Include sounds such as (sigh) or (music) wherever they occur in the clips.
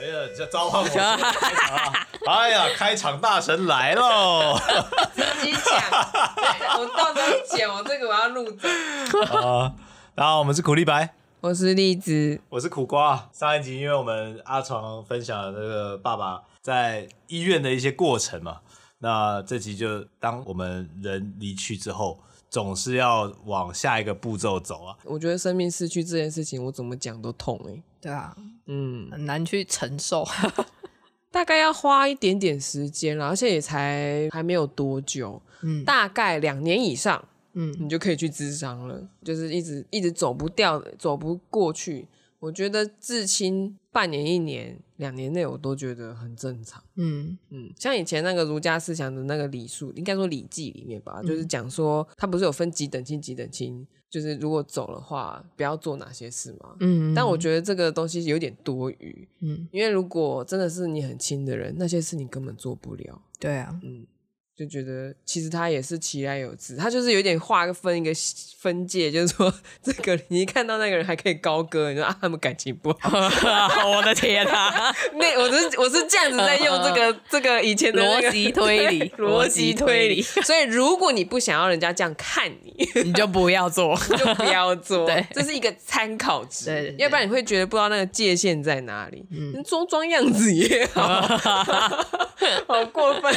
哎呀，这召唤我是开场啊！ (laughs) 哎呀，开场大神来喽！自己讲，我到时候剪我这个我要录走。啊，大家好，我们是苦力白，我是荔枝，我是苦瓜。上一集因为我们阿床分享了这个爸爸在医院的一些过程嘛，那这集就当我们人离去之后，总是要往下一个步骤走 (laughs) 啊。我觉得生命逝去这件事情，我怎么讲都痛哎、对啊，嗯，很难去承受。 (laughs) 大概要花一点点时间啦，而且也才还没有多久，嗯大概两年以上，嗯，你就可以去咨商了。就是一直一直走不掉，走不过去。我觉得至亲半年、一年、两年内，我都觉得很正常。嗯嗯，像以前那个儒家思想的那个礼数，应该说《礼记》里面吧，就是讲说，它不是有分几等亲、几等亲，就是如果走的话，不要做哪些事嘛。嗯但我觉得这个东西有点多余，嗯，因为如果真的是你很亲的人，那些事你根本做不了，对啊，就觉得其实他也是其来有之，他就是有点划分一个分界，就是说 (laughs) 这个你一看到那个人还可以高歌，你说啊他们感情不好， (laughs) 我的天啊！ (laughs) 那我是我是这样子在用这个这个以前的那个嗯逻辑推理 (laughs) 对逻辑推理。逻辑所以如果你不想要人家这样看你，你就不要做。 (laughs) 就不要做对，这是一个参考值，对对对嗯要不然你会觉得不知道那个界限在哪里。你装装样子也 (laughs) 好，好过分，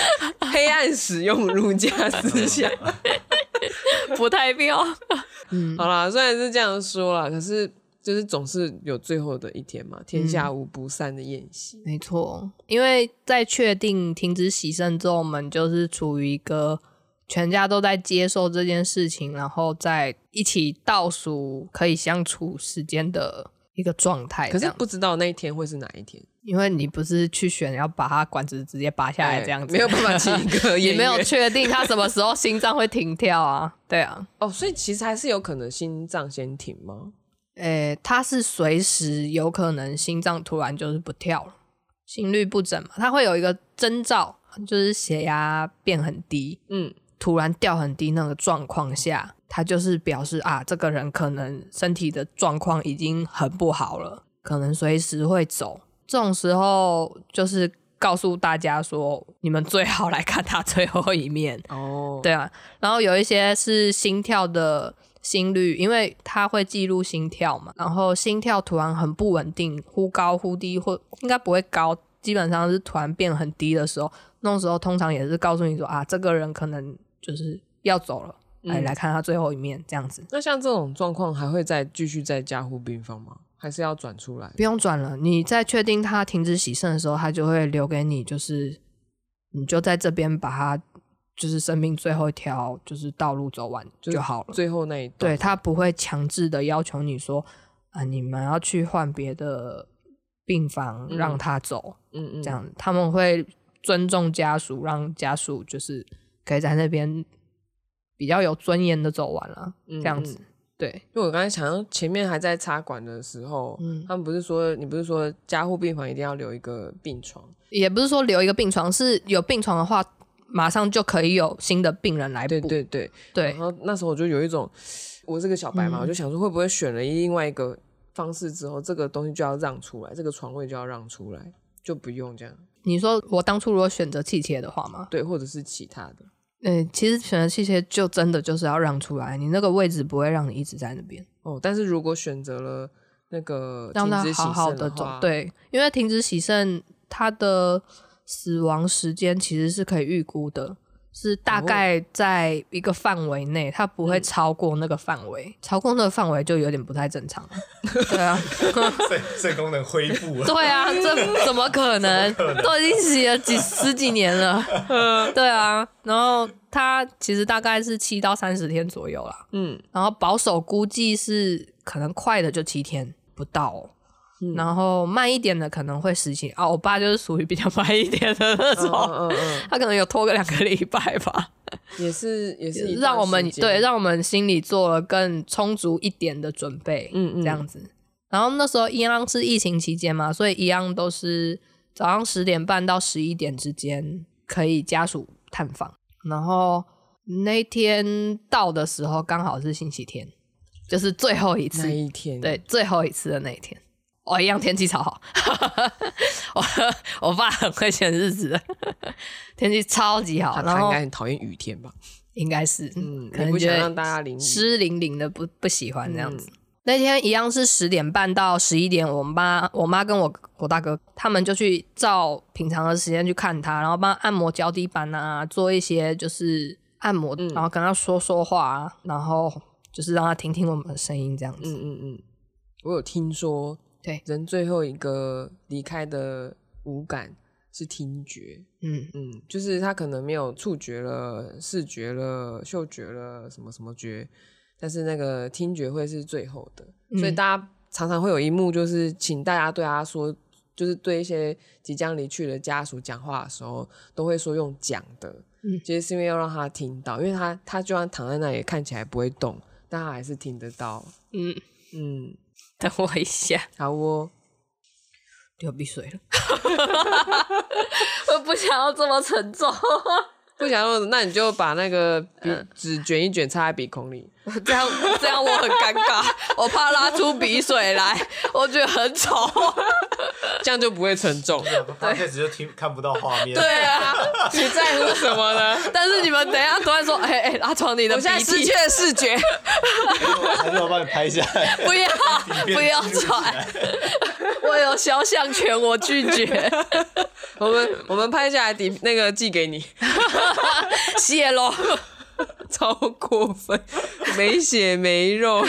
黑暗使用儒家思想。不太妙。(laughs) 嗯好啦，虽然是这样说啦，可是。就是总是有最后的一天嘛，天嗯下无不散的宴席。没错，因为在确定停止洗肾之后，我们就是处于一个全家都在接受这件事情，然后再一起倒数可以相处时间的一个状态。可这是样不知道那一天会是哪一天，因为你不是去选要把它管子直接拔下来对这样子，哎没有 (laughs) 办法请一个也演没有员确定他什么时候心脏会停跳 (laughs) 啊。对啊，哦，所以其实还是有可能心脏先停吗？诶、呃他是随时有可能心脏突然就是不跳了，心律不整嘛，他会有一个征兆，就是血压变很低，嗯，突然掉很低那个状况下，他就是表示啊，这个人可能身体的状况已经很不好了，可能随时会走。这种时候就是告诉大家说，你们最好来看他最后一面。哦，对啊，然后有一些是心跳的心率，因为它会记录心跳嘛，然后心跳突然很不稳定，忽高忽低，或应该不会高，基本上是突然变很低的时候，那种时候通常也是告诉你说啊，这个人可能就是要走了，来、嗯来看他最后一面这样子。那像这种状况还会再继续在加护病房吗？还是要转出来？不用转了，你在确定他停止洗肾的时候，他就会留给你，就是你就在这边把他就是生命最后一条就是道路走完就就好了。最后那一段，对他不会强制的要求你说啊、你们要去换别的病房嗯让他走，嗯嗯，这样他们会尊重家属，让家属就是可以在那边比较有尊严的走完了，嗯这样子。嗯对，因为我刚才想到前面还在插管的时候，嗯他们不是说你不是说加护病房一定要留一个病床？也不是说留一个病床，是有病床的话，马上就可以有新的病人来补。对对嗯对。对然后那时候我就有一种，我是个小白嘛，嗯我就想说会不会选了另外一个方式之后，这个东西就要让出来，这个床位就要让出来，就不用这样。你说我当初如果选择气切的话吗？对，或者是其他的。嗯、其实选择气切就真的就是要让出来，你那个位置不会让你一直在那边。哦，但是如果选择了那个让停他止洗好好肾的走话，，对，因为停止洗肾，它的死亡时间其实是可以预估的，是大哦概在一个范围内，它不会嗯超过那个范围，超过那个范围就有点不太正常了。 (laughs) 对啊，肾肾功能恢复了， (laughs) 对 (laughs) 啊，这怎么可能？都已经洗了几十几年了，嗯对啊，然后它其实大概是七到三十天左右啦。嗯，然后保守估计是可能快的就七天不到、哦嗯然后慢一点的可能会实行啊。我爸就是属于比较慢一点的那种，嗯嗯嗯，他可能有拖个两个礼拜 (laughs) 吧，也是也是一段让我们时间对让我们心里做了更充足一点的准备，嗯嗯这样子。然后那时候一样是疫情期间嘛，所以一样都是早上十点半到十一点之间可以家属探访。然后那天到的时候刚好是星期天，就是最后一那次一天，对，最后一次的那一天，哦，一样天气超好， (laughs) 我我爸很会选日子的，天气超级好，他然他应后该很讨厌雨天吧？应该是，嗯，可你能不觉想得让大家淋雨。湿淋淋的不不喜欢这样子。那天一样是十点半到十一点，我妈我妈跟我我大哥他们就去照平常的时间去看他，然后帮他按摩脚底板啊，做一些就是按摩，嗯然后跟他说说话啊，然后就是让他听听我们的声音这样子。嗯嗯嗯，我有听说，对人最后一个离开的五感是听觉，嗯嗯，就是他可能没有触觉了、视觉了、嗅觉了，什么什么觉，但是那个听觉会是最后的，所以嗯大家常常会有一幕，就是请大家对他说，就是对一些即将离去的家属讲话的时候，都会说用讲的，嗯其实是因为要让他听到，因为他他就算躺在那里看起来不会动，但他还是听得到，嗯，嗯，等我一下，好哦，流鼻水了， (laughs) 我不想要这么沉重，不想用，那你就把那个笔呃纸卷一卷，插在鼻孔里。 (laughs) 这样这样我很尴尬，我怕拉出鼻水来，我觉得很丑。这样就不会沉 (laughs) 重。 (laughs) 他开始就听看不到画面，对啊，你在乎什么呢？但是你们等一下突然说，哎、哎、拉床你 (laughs) 的我现在鼻失涕去，了视觉，还是我帮你拍下来，不要变 (laughs) 不要记录起传来， (laughs) 我有肖像权，我拒绝，我们我们拍下来底那个寄给你， (laughs) 谢喽。超过分，没血没 (laughs) 肉，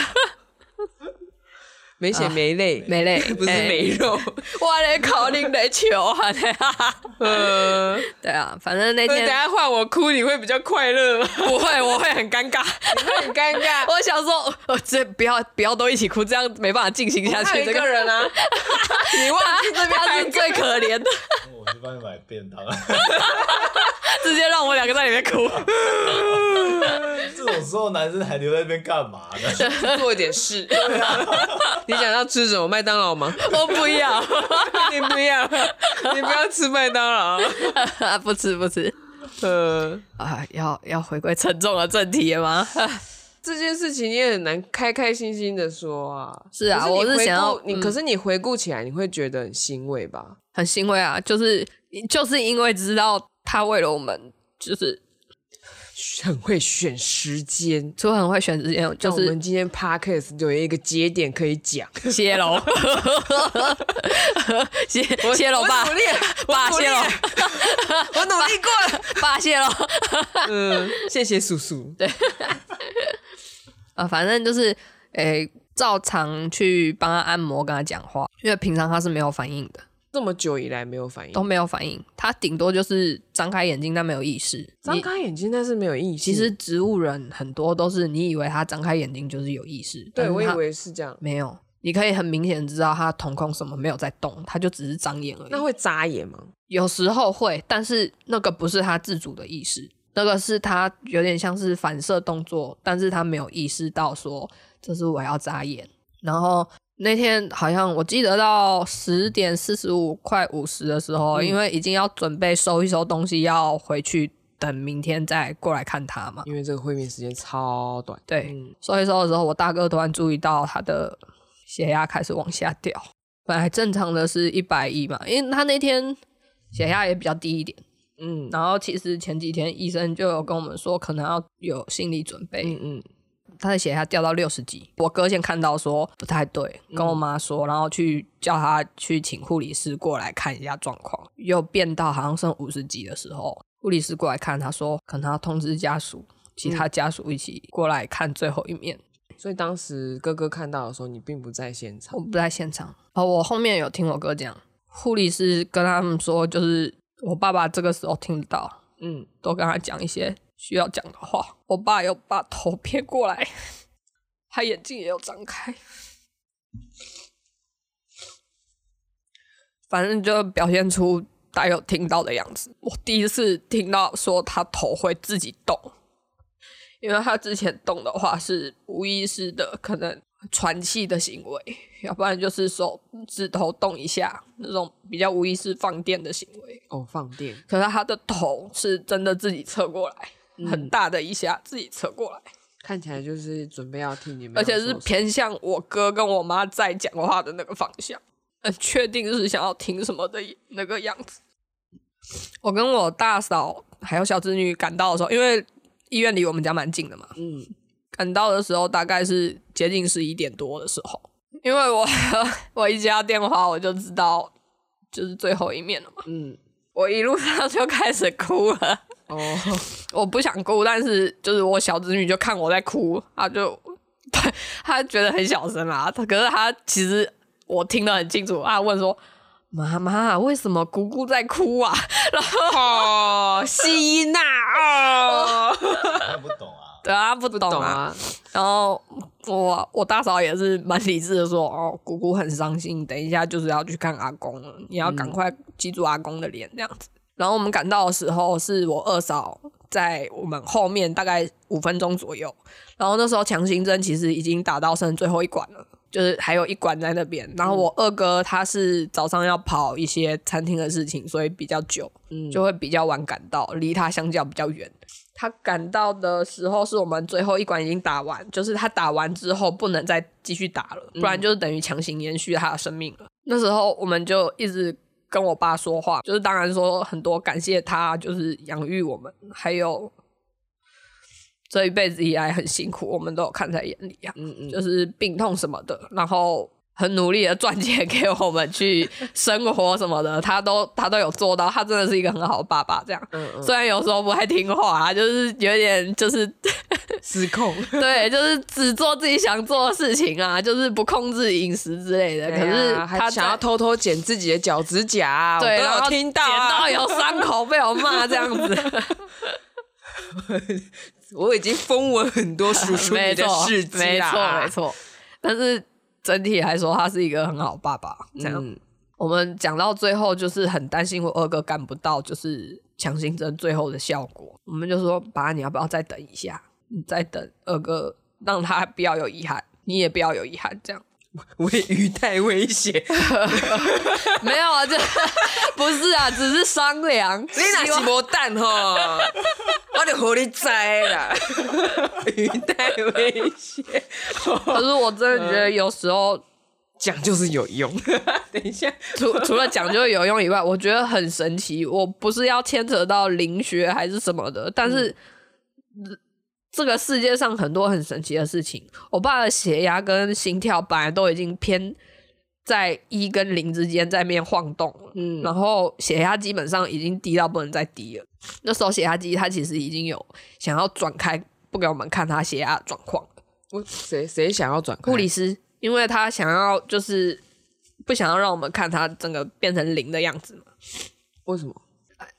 没血没泪，啊哎没嘞， (laughs) 不是没肉，我嘞考你的球啊， (laughs) (laughs) 呃，对啊，反正那所以天等一下换我哭，你会比较快乐吗？不会，我会很尴尬。你会很尴尬。 (laughs) 我想说，呃，这不要不要都一起哭，这样没办法进行下还去。有这一个人啊，你忘记这边他还有是一个最可怜的，我去帮你买便当。 (laughs) 直接让我两个在里面哭。这种时候男生还留在那边干嘛呢？ (laughs) (laughs) 做一点事。你想要吃什么？麦当劳吗？我不要， (laughs) 你不要， (laughs) 你不要吃麦当劳。不吃不吃呃，啊！要要回归沉重的正题了吗？ (laughs) 这件事情也很难开开心心的说啊。是啊可你我是回顾想要你，嗯可是你回顾起来，你会觉得很欣慰吧？很欣慰啊，就是就是因为知道他为了我们，就是很会选时间。除了很会选时间，就就我们是今天 podcast 有一个节点可以讲，谢喽，谢 (laughs) 谢喽爸我努 (laughs) 力了，爸我努力谢喽了，(laughs) 我努力过 (laughs) 了。爸谢喽。嗯，谢谢叔叔。 (laughs) 啊，反正就是诶、照常去帮他按摩，跟他讲话，因为平常他是没有反应的，这么久以来没有反应都，没有反应，他顶多就是张开眼睛，但没有意识。张你开眼睛但是没有意识。其实植物人很多都是你以为他张开眼睛就是有意识，但对是我以他为是这样，没有，你可以很明显地知道他瞳孔什么没有在动，他就只是张眼而已。那会眨眼吗？有时候会，但是那个不是他自主的意识，那个是他有点像是反射动作，但是他没有意识到说这是我要眨眼。然后那天好像我记得到十点四十五快五十的时候，嗯因为已经要准备收一收东西，要回去等明天再过来看他嘛。因为这个会面时间超短。对，嗯，收一收的时候，我大哥突然注意到他的血压开始往下掉，本来正常的是一百一嘛，因为他那天血压也比较低一点。嗯然后其实前几天医生就有跟我们说，可能要有心理准备。嗯嗯，他的血压掉到六十几，我哥先看到说不太对，嗯跟我妈说，然后去叫他去请护理师过来看一下状况。又变到好像剩五十几的时候，护理师过来看，他说可能要通知家属，嗯其他家属一起过来看最后一面。所以当时哥哥看到的时候，你并不在现场我。不在现场。哦，我后面有听我哥讲，护理师跟他们说，就是我爸爸这个时候听得到，嗯，都跟他讲一些需要讲的话。我爸又把头偏过来， (laughs) 他眼睛也有张开，反正就表现出他有听到的样子。我第一次听到说他头会自己动，因为他之前动的话是无意识的，可能喘气的行为，要不然就是手指头动一下那种比较无意识放电的行为。哦，放电，可是他的头是真的自己侧过来，嗯很大的一下自己侧过来，看起来就是准备要替你们，而且是偏向我哥跟我妈在讲话的那个方向。很确定就是想要听什么的那个样子。我跟我大嫂还有小侄女赶到的时候，因为医院离我们家蛮近的嘛，嗯，赶到的时候大概是接近十一点多的时候，因为我 (laughs) 我一接到电话我就知道就是最后一面了嘛，嗯，我一路上就开始哭了。 (laughs) 哦，我不想哭，但是就是我小侄女就看我在哭，她就 (laughs) 她觉得很小声啦，她可是她其实我听得很清楚，她问说。妈妈，为什么姑姑在哭啊？哦，西娜哦，看不懂啊。对啊，她不懂啊。懂啊，然后我我大嫂也是蛮理智的说，哦，姑姑很伤心，等一下就是要去看阿公了，你要赶快记住阿公的脸这样子。然后我们赶到的时候，是我二嫂在我们后面大概五分钟左右，然后那时候强心针其实已经打到剩最后一管了。就是还有一管在那边，然后我二哥他是早上要跑一些餐厅的事情，所以比较久，嗯就会比较晚赶到，离他相较比较远。他赶到的时候是我们最后一管已经打完，就是他打完之后不能再继续打了，不嗯然就是等于强行延续他的生命了。那时候我们就一直跟我爸说话，就是当然说很多感谢他，就是养育我们，还有这一辈子以来很辛苦，我们都有看在眼里啊。嗯嗯，就是病痛什么的，然后很努力的赚钱给我们去生活什么的，他都他都有做到，他真的是一个很好的爸爸。这样，嗯 (laughs) 嗯，虽然有时候不太听话、啊， (laughs) 就是有点就是 (laughs) 失控，对，就是只做自己想做的事情啊，就是不控制饮食之类 (laughs) 的。可哎是呀还他想要在偷偷剪自己的脚趾甲啊，我对，都然有后听到啊，剪到有伤口被我骂这样 (laughs) 子。我已经封文很多叔叔你 (laughs) 没的错，事迹啦，没错，没错。但是整体来说，他是一个很好的爸爸。这样，嗯我们讲到最后，就是很担心我二哥干不到，就是强心针最后的效果。我们就说，爸，你要不要再等一下？你再等二哥，让他不要有遗憾，你也不要有遗憾，这样。我也语带威胁，你没有啊，这 (laughs) 不是啊，只是商量。那希望是无蛋吼， (laughs) 我就和你栽 (laughs) 啦，语带威胁，可是我真的觉得有时候讲就是有用。 (laughs) 等一下，除除了讲究有用以外，我觉得很神奇。我不是要牵扯到灵学还是什么的，但是、这个世界上很多很神奇的事情。我爸的血压跟心跳本来都已经偏在一跟零之间在面晃动了，嗯然后血压基本上已经低到不能再低了。那时候血压机它其实已经有想要转开，不给我们看他血压的状况。我谁谁想要转护护理师，因为他想要就是不想要让我们看他整个变成零的样子嘛，为什么？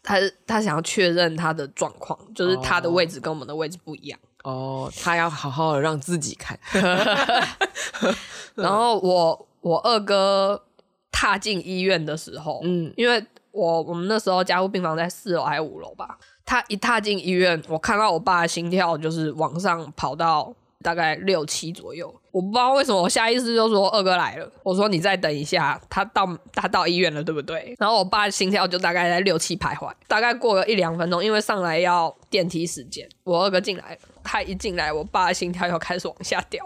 他他想要确认他的状况，就是哦他的位置跟我们的位置不一样。哦，他要好好的让自己看。然后我我二哥踏进医院的时候， (laughs) (laughs) 嗯因为我我们那时候加护病房在四楼还是五楼吧，他一踏进医院，我看到我爸的心跳就是往上跑到大概六七左右，我不知道为什么，我下意识就说二哥来了，我说你再等一下，他到他到医院了，对不对？然后我爸心跳就大概在六七徘徊，大概过了一两分钟，因为上来要电梯时间，我二哥进来了，他一进来，我爸的心跳又开始往下掉。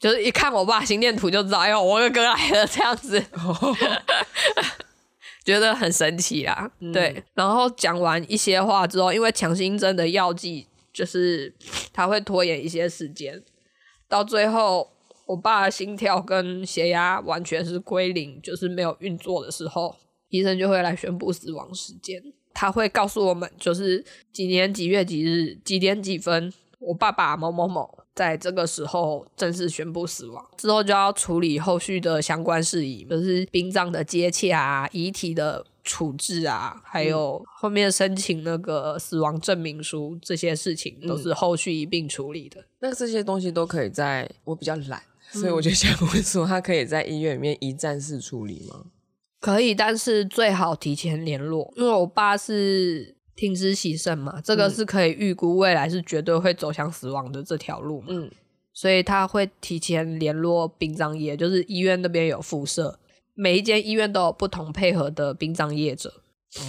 就是一看我爸心电图就知道，哎呦，我二哥来了这样子，哦觉得很神奇啊。对，然后讲完一些话之后，因为强心针的药剂就是它会拖延一些时间，到最后我爸的心跳跟血压完全是归零，就是没有运作的时候，医生就会来宣布死亡时间。他会告诉我们，就是几年几月几日几点几分，我爸爸某某某在这个时候正式宣布死亡，之后就要处理后续的相关事宜，就是殡葬的接洽啊、遗体的处置啊，还有后面申请那个死亡证明书这些事情，都是后续一并处理的。那这些东西都可以在我比较懒，所以我就想问说，他可以在医院里面一站式处理吗？可以，但是最好提前联络，因为我爸是停止洗肾嘛，这嗯个是可以预估未来是绝对会走向死亡的这条路嘛，嗯所以他会提前联络殡葬业，就是医院那边有附设，每一间医院都有不同配合的殡葬业者，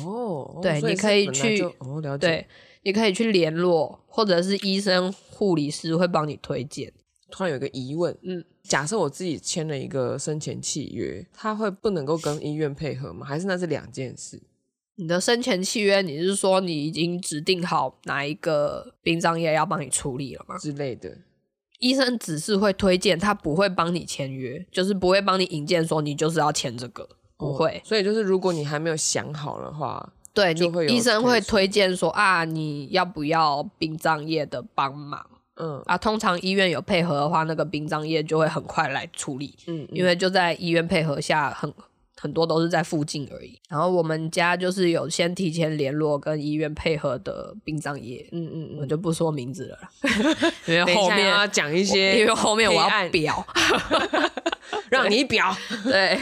哦，对所你可以是本来就去哦了解。对，你可以去联络，或者是医生、护理师会帮你推荐。突然有一个疑问，嗯，假设我自己签了一个生前契约，他会不能够跟医院配合吗？还是那是两件事？你的生前契约，你是说你已经指定好哪一个殡葬业要帮你处理了吗？之类的，医生只是会推荐，他不会帮你签约，就是不会帮你引荐说你就是要签这个，不会哦。所以就是如果你还没有想好的话，对，就会有你医生会退出推荐说啊，你要不要殡葬业的帮忙嗯啊？通常医院有配合的话，那个殡葬业就会很快来处理，嗯，因为就在医院配合下，很很多都是在附近而已。然后我们家就是有先提前联络跟医院配合的殡葬业，嗯嗯我嗯，就不说名字了啦， (laughs) 因等为一后下要面。讲一因些为后面我黑要暗表，让你表，对，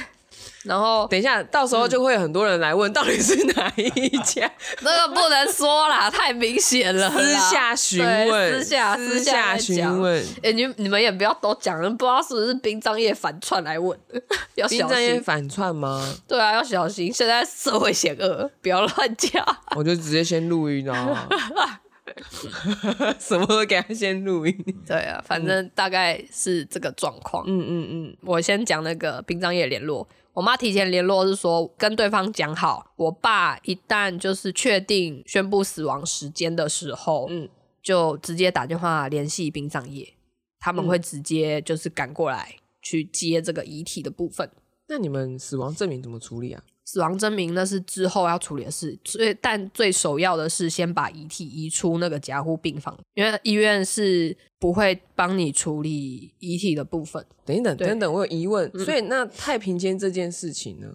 然后等一下到时候就会有很多人来问到底是哪一家， (laughs) 那个不能说啦，太明显了啦。私下询问，对私下私私下下来询讲问，哎、你你们也不要都讲了，不知道是不是殡葬业反串来问， (laughs) 要殡小葬业心。反串吗？对啊，要小心，现在社会险恶，不要乱讲。我就直接先录音 (laughs) 啊， (laughs) 什么都给他先录音。 (laughs) 对啊，反正大概是这个状况。嗯嗯我先讲那个殡葬业联络，我妈提前联络是说跟对方讲好，我爸一旦就是确定宣布死亡时间的时候，嗯就直接打电话联系殡葬业，他们嗯会直接就是赶过来去接这个遗体的部分。那你们死亡证明怎么处理啊？死亡证明那是之后要处理的事，所以但最首要的是先把遗体移出那个加护病房，因为医院是不会帮你处理遗体的部分。等一等，对等等，我有疑问。嗯所以那太平间这件事情呢，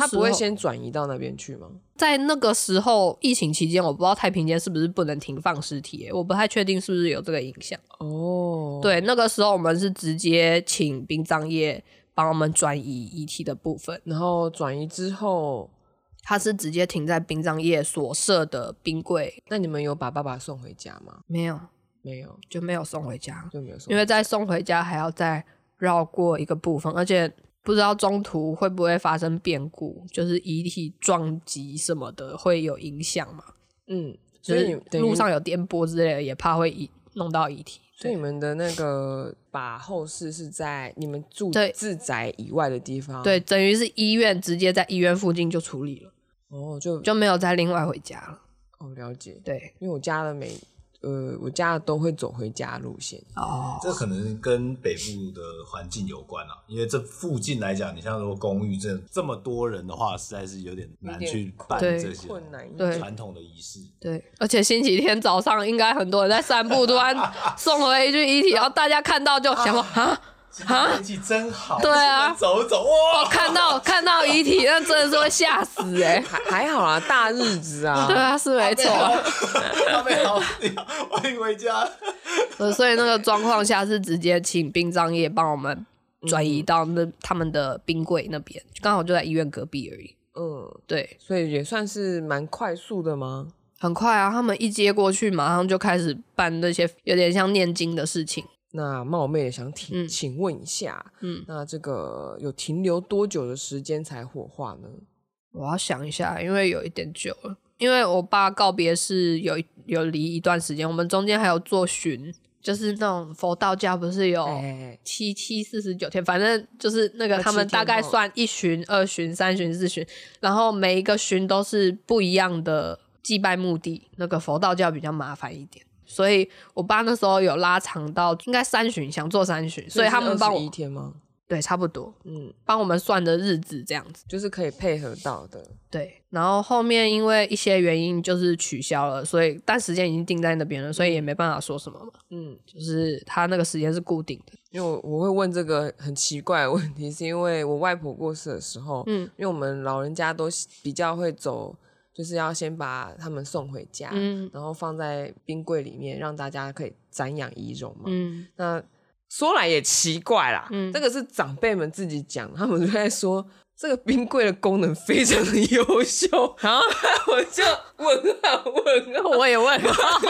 他不会先转移到那边去吗？在那个时候疫情期间，我不知道太平间是不是不能停放尸体、我不太确定是不是有这个影响。哦，，对，那个时候我们是直接请殡葬业帮我们转移遗体的部分，然后转移之后，它是直接停在殡葬业所设的冰柜，那你们有把爸爸送回家吗？没有没有，就没有送回家。就没有送。因为再送回家还要再绕过一个部分，而且不知道中途会不会发生变故，就是遗体撞击什么的会有影响嘛？嗯，就所以是你等于路上有颠簸之类的，也怕会遗弄到遗体。所以你们的那个把后事是在你们住对自宅以外的地方，对，，等于是医院直接在医院附近就处理了，哦，就就没有再另外回家了。哦了解，对，因为我家的每呃我家的都会走回家路线，哦， (laughs) 这可能跟北部的环境有关啊，因为这附近来讲，你像如果公寓这这么多人的话，实在是有点难去办对这些困难一对啊传统的仪式。对，而且星期天早上应该很多人在散步，突 (laughs) 然送回一具遗体，然后大家看到就想说啊，今天天气真好，对啊出门走一走哇，看到看到遗体，那真的是会吓 (laughs) 死哎、还还好啦，大日子啊，对啊，是没错。他被好掉，欢迎回家。呃所以那个状况下是直接请殡葬业帮我们转移到那他们的冰柜那边，刚好就在医院隔壁而已。嗯，对，所以也算是蛮快速的吗？很快啊，他们一接过去，马上就开始办那些有点像念经的事情。那冒昧也想请、嗯请问一下，嗯，那这个有停留多久的时间才火化呢？我要想一下，因为有一点久了，因为我爸告别是有一有离一段时间，我们中间还有做巡，就是那种佛道教不是有。哎、七七四十九天，反正就是那个27他们大概算一巡、二巡、三巡、四巡，然后每一个巡都是不一样的祭拜目的。那个佛道教比较麻烦一点，所以我爸那时候有拉长到应该三巡，想做三巡，所以他们帮一我天吗？对差不多嗯，帮我们算的日子这样子。就是可以配合到的。对，然后后面因为一些原因就是取消了，所以但时间已经定在那边了，所以也没办法说什么嘛。嗯，就是他那个时间是固定的，因为我我会问这个很奇怪的问题，是因为我外婆过世的时候，嗯因为我们老人家都比较会走，就是要先把他们送回家，嗯然后放在冰柜里面，让大家可以瞻仰遗容嘛。嗯，那说来也奇怪啦，嗯这个是长辈们自己讲，他们就在说这个冰柜的功能非常的优 (laughs) 秀，啊然后我就问号问号， (laughs) 我也问，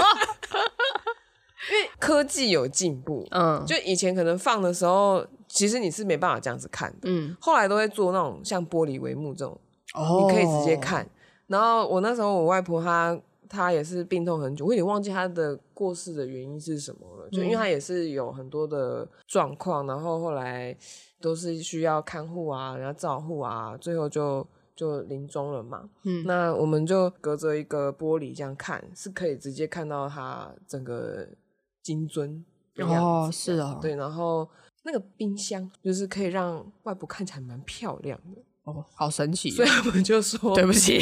(laughs) 科技有进步，嗯，就以前可能放的时候，其实你是没办法这样子看的，嗯。后来都会做那种像玻璃帷幕这种，哦你可以直接。看。然后我那时候我外婆她他也是病痛很久，我有点忘记他的过世的原因是什么了。就嗯因为他也是有很多的状况，然后后来都是需要看护啊，然后照护啊，最后就就临终了嘛。嗯那我们就隔着一个玻璃这样看，是可以直接看到他整个金樽的样子哦是哦对，然后那个冰箱就是可以让外婆看起来蛮漂亮的， (laughs) 哦，好神奇，所以我们就说 (laughs) 对 (laughs) 不起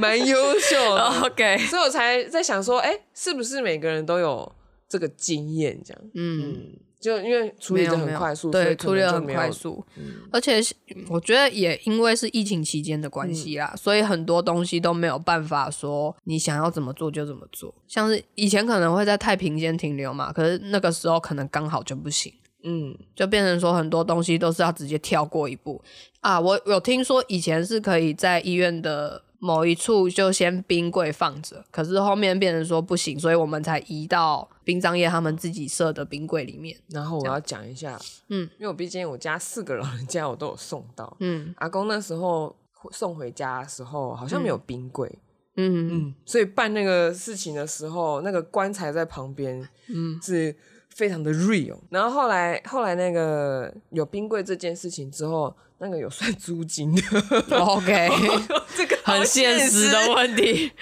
蛮优秀的， (laughs) 哦，OK，所以我才在想说，哎、是不是每个人都有这个经验这样？嗯，嗯，就因为处理没的有很快速，没所有对，以可处理能的就很没有快。速，嗯而且是我觉得也因为是疫情期间的关系嗯啦，所以很多东西都没有办法说你想要怎么做就怎么做。像是以前可能会在太平间停留嘛，可是那个时候可能刚好就不行，嗯，就变成说很多东西都是要直接跳过一步啊。我有听说以前是可以在医院的。某一处就先冰柜放着，可是后面变成说不行，所以我们才移到殡葬业他们自己设的冰柜里面。然后我要讲一下，嗯嗯，因为我毕竟我家四个老人家我都有送到，嗯阿公那时候送回家的时候好像没有冰柜，嗯嗯，所以办那个事情的时候，那个棺材在旁边，嗯，是非常的 real。然后后来后来那个有冰柜这件事情之后，那个有算租金的，嗯 OK， (laughs) 这个好很现实的问题。 (laughs)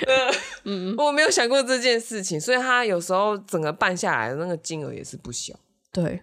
我没有想过这件事情，所以他有时候整个办下来的那个金额也是不小。对，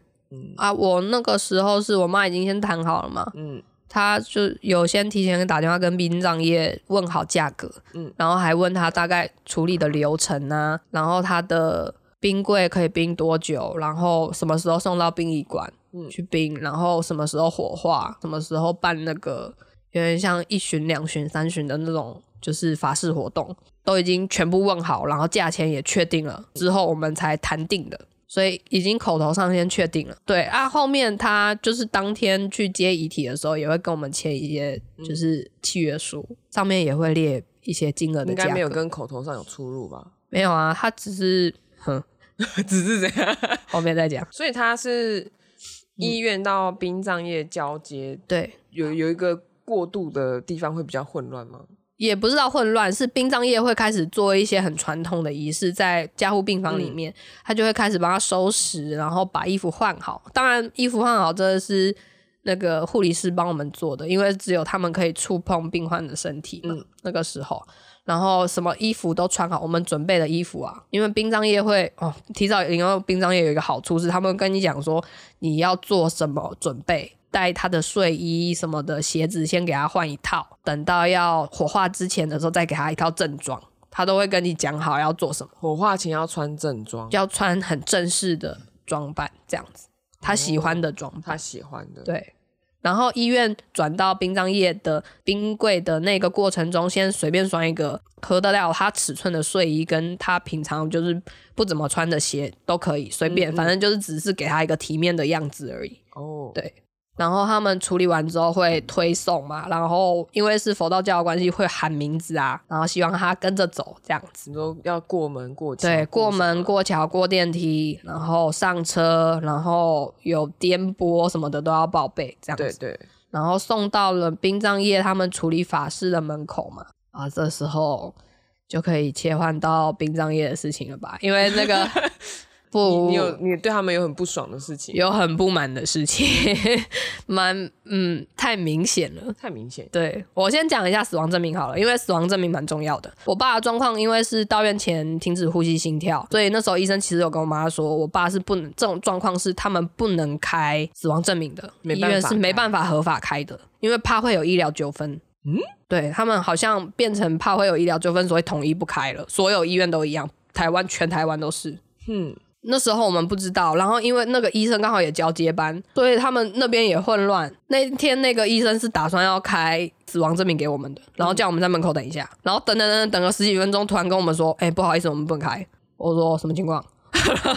啊，我那个时候是我妈已经先谈好了嘛，嗯，她就有先提前打电话跟殡葬业问好价格，嗯然后还问她大概处理的流程啊，然后她的冰柜可以冰多久，然后什么时候送到殡仪馆嗯去冰，然后什么时候火化，什么时候办那个有点像一巡、两巡、三巡的那种，就是法事活动，都已经全部问好，然后价钱也确定了，之后我们才谈定的。所以已经口头上先确定了，对啊，后面他就是当天去接遗体的时候，也会跟我们签一些就是契约书，上面也会列一些金额的应价该格。没有跟口头上有出入 (laughs) 吧？没有啊，他只是哼，只是这样，后面再讲。所以他是医院到殡葬业交接，对，有有一个过渡的地方会比较混乱吗？也不知道混乱，是殡葬业会开始做一些很传统的仪式，在加护病房里面，他就会开始帮他收拾，然后把衣服换好。当然，衣服换好这是那个护理师帮我们做的，因为只有他们可以触碰病患的身体嘛。嗯那个时候，然后什么衣服都穿好，我们准备的衣服啊，因为殡葬业会哦，提早领到殡葬业有一个好处是，他们跟你讲说你要做什么准备，带他的睡衣什么的鞋子先给他换一套，等到要火化之前的时候再给他一套正装，他都会跟你讲好要做什么，火化前要穿正装，要穿很正式的装扮这样子，他喜欢的装扮他。喜欢的。，对，然后医院转到殡葬业的冰柜的那个过程中，先随便穿一个合得了他尺寸的睡衣，跟他平常就是不怎么穿的鞋都可以，随便，反正就是只是给他一个体面的样子而已。哦，对然后他们处理完之后会推送嘛，然后因为是佛道教的关系，会喊名字啊，然后希望他跟着走这样子。你说要过门过桥，对，过什门么过桥过电梯，然后上车，然后有颠簸什么的都要报备这样子。对对，然后送到了殡葬业他们处理法事的门口嘛。啊，这时候就可以切换到殡葬业的事情了吧？因为 (laughs) 那个你不你有你对他们有很不爽的事情，哦有很不满的事情， (laughs) 蛮嗯太明显了。太明显。对我先讲一下死亡证明好了，因为死亡证明蛮重要的。我爸的状况因为是到院前停止呼吸心跳，所以那时候医生其实有跟我妈说，我爸是不能这种状况是他们不能开死亡证明的，没医办法院是没办法合法开的，因为怕会有医疗纠纷。嗯，对他们好像变成怕会有医疗纠纷，所以统一不开了，所有医院都一样，台湾全台湾都是。嗯，那时候我们不知道，然后因为那个医生刚好也交接班，所以他们那边也混乱。那天那个医生是打算要开死亡证明给我们的，然后叫我们在门口等一下，然后等等等等等个十几分钟，突然跟我们说：“哎、不好意思，我们不能开。”我说：“什么情况？” (laughs)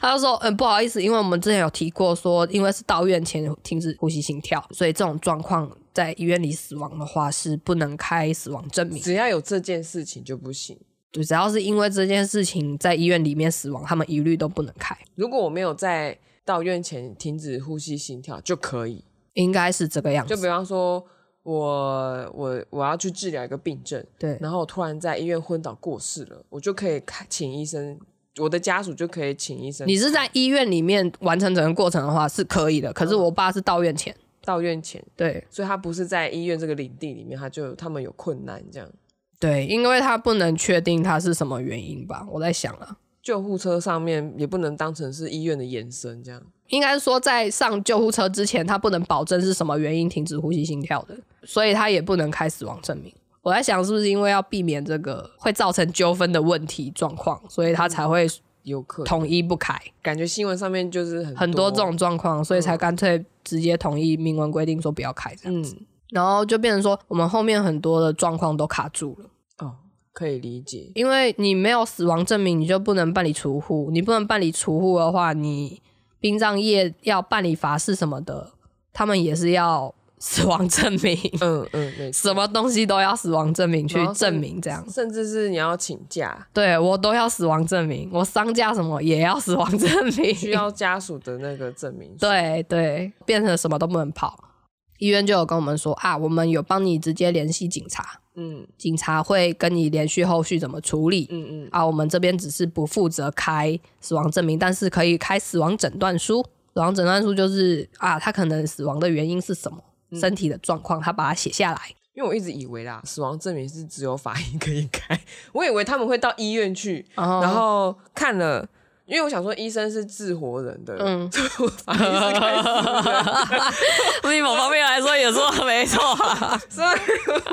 他就说：“嗯，不好意思，因为我们之前有提过说，因为是到院前停止呼吸心跳，所以这种状况在医院里死亡的话是不能开死亡证明。只要有这件事情就不行。对，只要是因为这件事情在医院里面死亡，他们一律都不能开。”如果我没有在到院前停止呼吸心跳就可以，应该是这个样就子。比方说我我我要去治疗一个病症，对，然后我突然在医院昏倒过世了，我就可以看请医生，我的家属就可以请医生。你是在医院里面完成整个过程的话是可以的，可是我爸是到院前，到院前，对所以他不是在医院这个领地里面，他就他们有困难这样。对，因为他不能确定他是什么原因吧，我在想啊，救护车上面也不能当成是医院的延伸，这样应该说在上救护车之前，他不能保证是什么原因停止呼吸心跳的，所以他也不能开死亡证明。我在想是不是因为要避免这个会造成纠纷的问题状况，所以他才会有可能。统一不开。感觉新闻上面就是很很多这种状况，所以才干脆直接统一明文规定说不要开这样子，嗯然后就变成说我们后面很多的状况都卡住了，哦，可以理解。因为你没有死亡证明，你就不能办理除户，你不能办理除户的话，你殡葬业要办理法事什么的，他们也是要 (laughs) 死亡证明，嗯嗯，没错什么东西都要死亡证明去然后甚证明这样。甚至是你要请假，对我都要死亡证明，我丧假什么也要死亡证 (laughs) 明，需要家属的那个证明。， (laughs) 对对，变成什么都不能跑。医院就有跟我们说啊，我们有帮你直接联系警察，嗯警察会跟你连续后续怎么处理。嗯嗯，啊，我们这边只是不负责开死亡证明，但是可以开死亡诊断书。死亡诊断书就是啊，他可能死亡的原因是什么，嗯身体的状况，他把它写下来。因为我一直以为啦，死亡证明是只有法医可以开，我以为他们会到医院去，然后，然 (laughs) 后看了。因为我想说，医生是治活人的，嗯，所以我法医是开 (laughs) 死人的，从某方面来说也说没错、啊，所以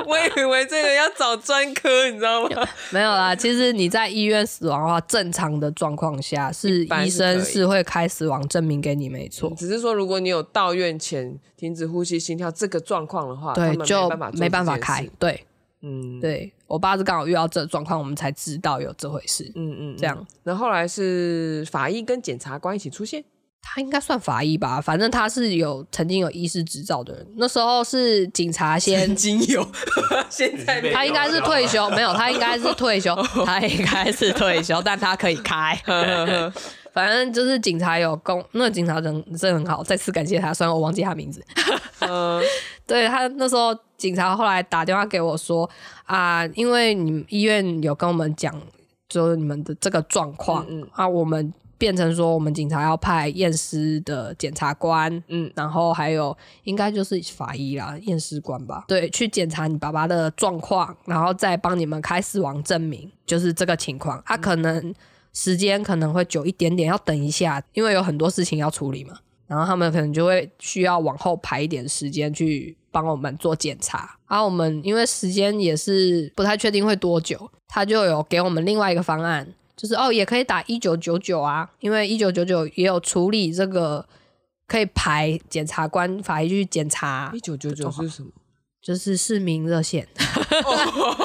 我以为这个要找专科，你知道吗？ (laughs) 没有啦。其实你在医院死亡的话，正常的状况下是一般医是生可以嗯是会开死亡证明给你，没错。 (laughs) 只是说，如果你有到院前停止呼吸、心跳这个状况的话，啊他对，们就办法做没办法这件事开。。对，嗯，对我爸是刚好遇到这状况，我们才知道有这回事。嗯嗯，这样，然后后来是法医跟检察官一起出现，他应该算法医吧，反正他是有曾经有医师执照的人。那时候是警察 (laughs) 先，经有，现在没有他应该是退休，没有，他应该是 (laughs) 退休，他应该是退休，但他可以开。嗯反正就是警察有公，那个警察人真的很好，再次感谢他。虽然我忘记他名字，嗯 (laughs) 对他那时候警察后来打电话给我说啊、因为你们医院有跟我们讲，就是你们的这个状况、嗯嗯啊，我们变成说我们警察要派验尸的检察官，嗯然后还有应该就是法医啦，验尸官吧，对，去检查你爸爸的状况，然后再帮你们开死亡证明，就是这个情况。啊，可能时间可能会久一点点，要等一下，因为有很多事情要处理嘛。然后他们可能就会需要往后排一点时间去帮我们做检查。啊，我们因为时间也是不太确定会多久，他就有给我们另外一个方案，就是哦，也可以打一九九九啊，因为一九九九也有处理这个可以排检察官法医去检查一，九九九是什么？就是市民热线。哦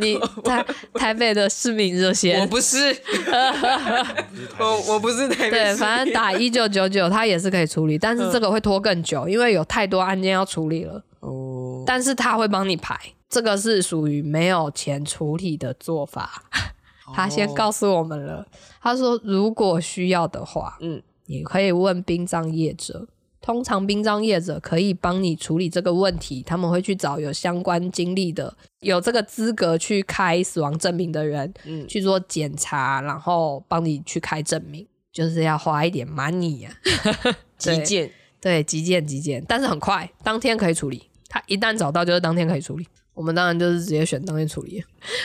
你台台北的市民热线，不是，我我不是台 (laughs) 对，嗯反正打一九九九，它也是可以处理，但是这个会拖更久，因为有太多案件要处理了。哦，但是他会帮你排，这个是属于没有钱处理的做法。 (laughs) 他先告诉我们了，他说如果需要的话，嗯嗯，你可以问殡葬业者。通常殡葬业者可以帮你处理这个问题，他们会去找有相关经历的、有这个资格去开死亡证明的人，嗯去做检查，然后帮你去开证明，就是要花一点 money 呀、对急件，对，急件急件，但是很快，当天可以处理。他一旦找到，就是当天可以处理。我们当然就是直接选当天处理，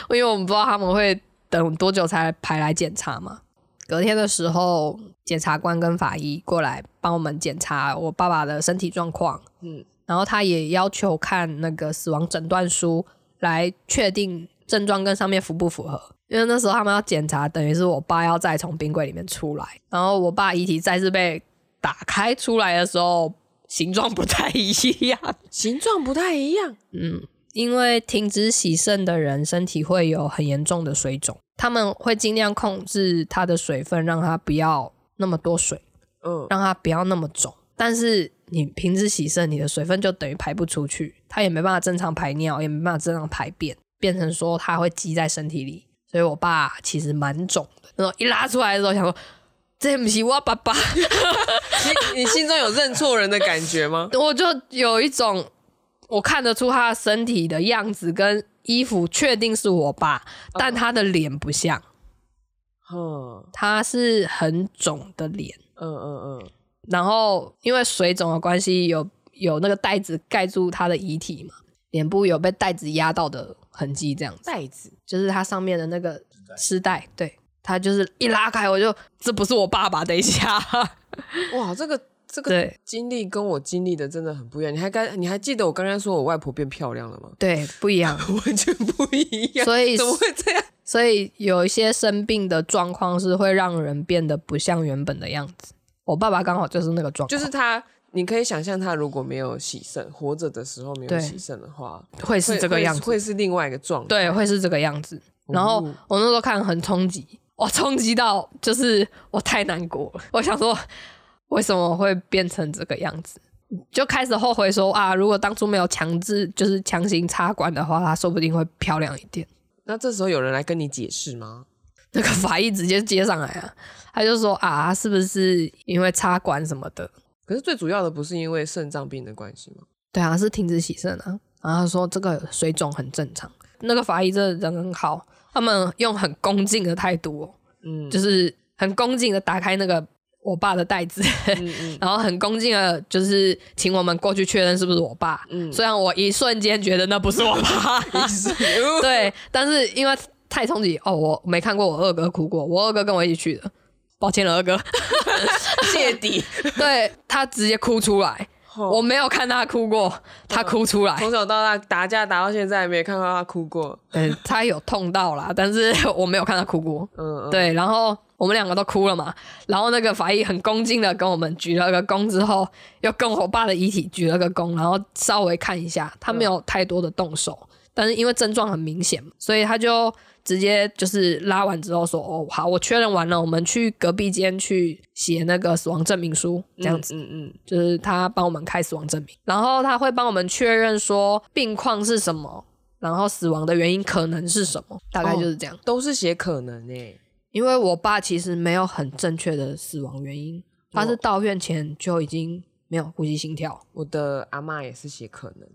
因为我们不知道他们会等多久才排来检查嘛。隔天的时候，检察官跟法医过来帮我们检查我爸爸的身体状况，嗯嗯，然后他也要求看那个死亡诊断书来确定症状跟上面符不符合。因为那时候他们要检查，等于是我爸要再从冰柜里面出来，然后我爸遗体再次被打开出来的时候，形状不太一样。形状不太一样，嗯，因为停止洗肾的人身体会有很严重的水肿，他们会尽量控制它的水分，让它不要那么多水， (laughs) 嗯，让它不要那么肿。但是你停止洗肾，你的水分就等于排不出去，它也没办法正常排尿，也没办法正常排便，变成说它会积在身体里。所以我爸其实蛮肿的，然后一拉出来的时候想说，这不是我爸爸。 (laughs) 你你心中有认错人的感觉吗？我就有一种我看得出他的身体的样子跟衣服，确定是我爸，但他的脸不像，嗯他是很肿的脸，嗯嗯嗯，然后因为水肿的关系，有有那个袋子盖住他的遗体嘛，脸部有被袋子压到的痕迹，这样子。袋子就是它上面的那个丝带，对，它就是一拉开我就这不是我爸爸，等一下，哇，这个这个对经历跟我经历的真的很不一样。你还刚你还记得我刚刚说我外婆变漂亮了吗？对，不一 (laughs) 样。 (laughs) 完全不一样，所以怎么会这样？所以有一些生病的状况是会让人变得不像原本的样子。我爸爸刚好就是那个状况，就是他，你可以想象他如果没有洗肾，活着的时候没有对洗肾的话，会是会这个会样子，会是另外一个状态。对，会是这个样子。然后哦我那时候看很冲击，我冲击到就是我太难过了，我想说为什么会变成这个样子，就开始后悔说啊，如果当初没有强制就是强行插管的话，它说不定会漂亮一点。那这时候有人来跟你解释吗？那个法医直接接上来啊，他就说啊，是不是因为插管什么的？可是最主要的不是因为肾脏病的关系 (laughs) 吗？对啊，是停止洗肾啊。然后他说这个水肿很正常。那个法医真的人很好，他们用很恭敬的态度、哦，嗯，就是很恭敬的打开那个我爸的袋子，嗯嗯 (laughs) 然后很恭敬的，就是请我们过去确认是不是我爸。嗯，虽然我一瞬间觉得那不是我 (laughs) 爸，对，但是因为太冲击，哦，我没看过我二哥哭过，我二哥跟我一起去的，抱歉了二哥， (laughs) 谢底。对他直接哭出来，哦我没有看他哭过，他哭出来， (laughs) 从小到大打架打到现在，没有看到他哭过。嗯，他有痛到啦，但是 (laughs) 我没有看他哭过，嗯，嗯，对，然后我们两个都哭了嘛，然后那个法医很恭敬的跟我们鞠了个躬之后，又跟我爸的遗体鞠了个躬，然后稍微看一下，他没有太多的动手，但是因为症状很明显，所以他就直接就是拉完之后说：“哦，好，我确认完了，我们去隔壁间去写那个死亡证明书，这样子。嗯嗯嗯就是他帮我们开死亡证明，然后他会帮我们确认说病况是什么，然后死亡的原因可能是什么，大概就是这样。都是写可能欸诶、因为我爸其实没有很正确的死亡原因，他是到院前就已经没有呼吸心跳。我的阿嬷也是写可能。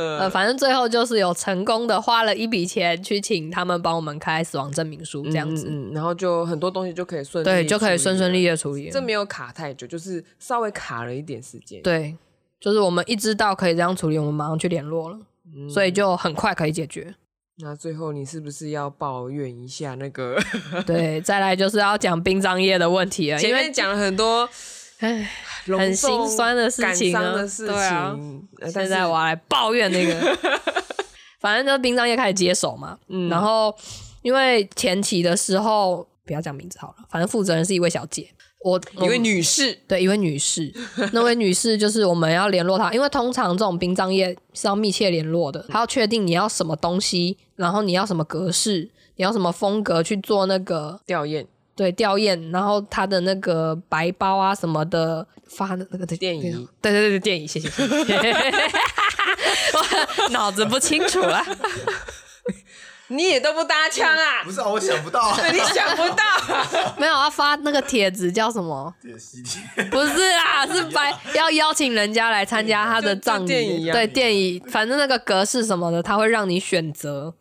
呃，反正最后就是有成功的花了一笔钱去请他们帮我们开死亡证明书，这样子，嗯，嗯嗯然后就很多东西就可以顺利对，就可以顺顺利利利的处理了。了。这没有卡太久，就是稍微卡了一点时间。，对，就是我们一知道可以这样处理，我们马上去联络了，所以就很快可以解决。那最后你是不是要抱怨一下那个？ (laughs) 对，再来就是要讲殡葬业的问题了，前 (laughs) 因为面讲了很多唉隆很重心酸的事情啊感伤的事情。对啊呃但现是在我要来抱怨那个， (laughs) 反正就是殡葬业开始接手嘛，嗯然后因为前期的时候不要讲名字好了，反正负责人是一位小姐，我一位。我女士，对，一位 (laughs) 女士，那位女士就是我们要联络她，因为通常这种殡葬业是要密切联嗯络的，她要确定你要什么东西，然后你要什么格式，你要什么风格去做那个吊唁对吊唁，然后他的那个白包啊什么的发的那个电椅对对对对电椅，谢谢谢谢， (laughs) 我脑子不清楚了，你也都不搭腔啊嗯不！是啊，我想不到啊， (laughs) 你想不到、啊 (laughs) 没有要发那个帖子叫什么？点西天不是啊，是白要邀请人家来参加他的葬就就电礼，椅啊对电椅，反正那个格式什么的，他会让你选择。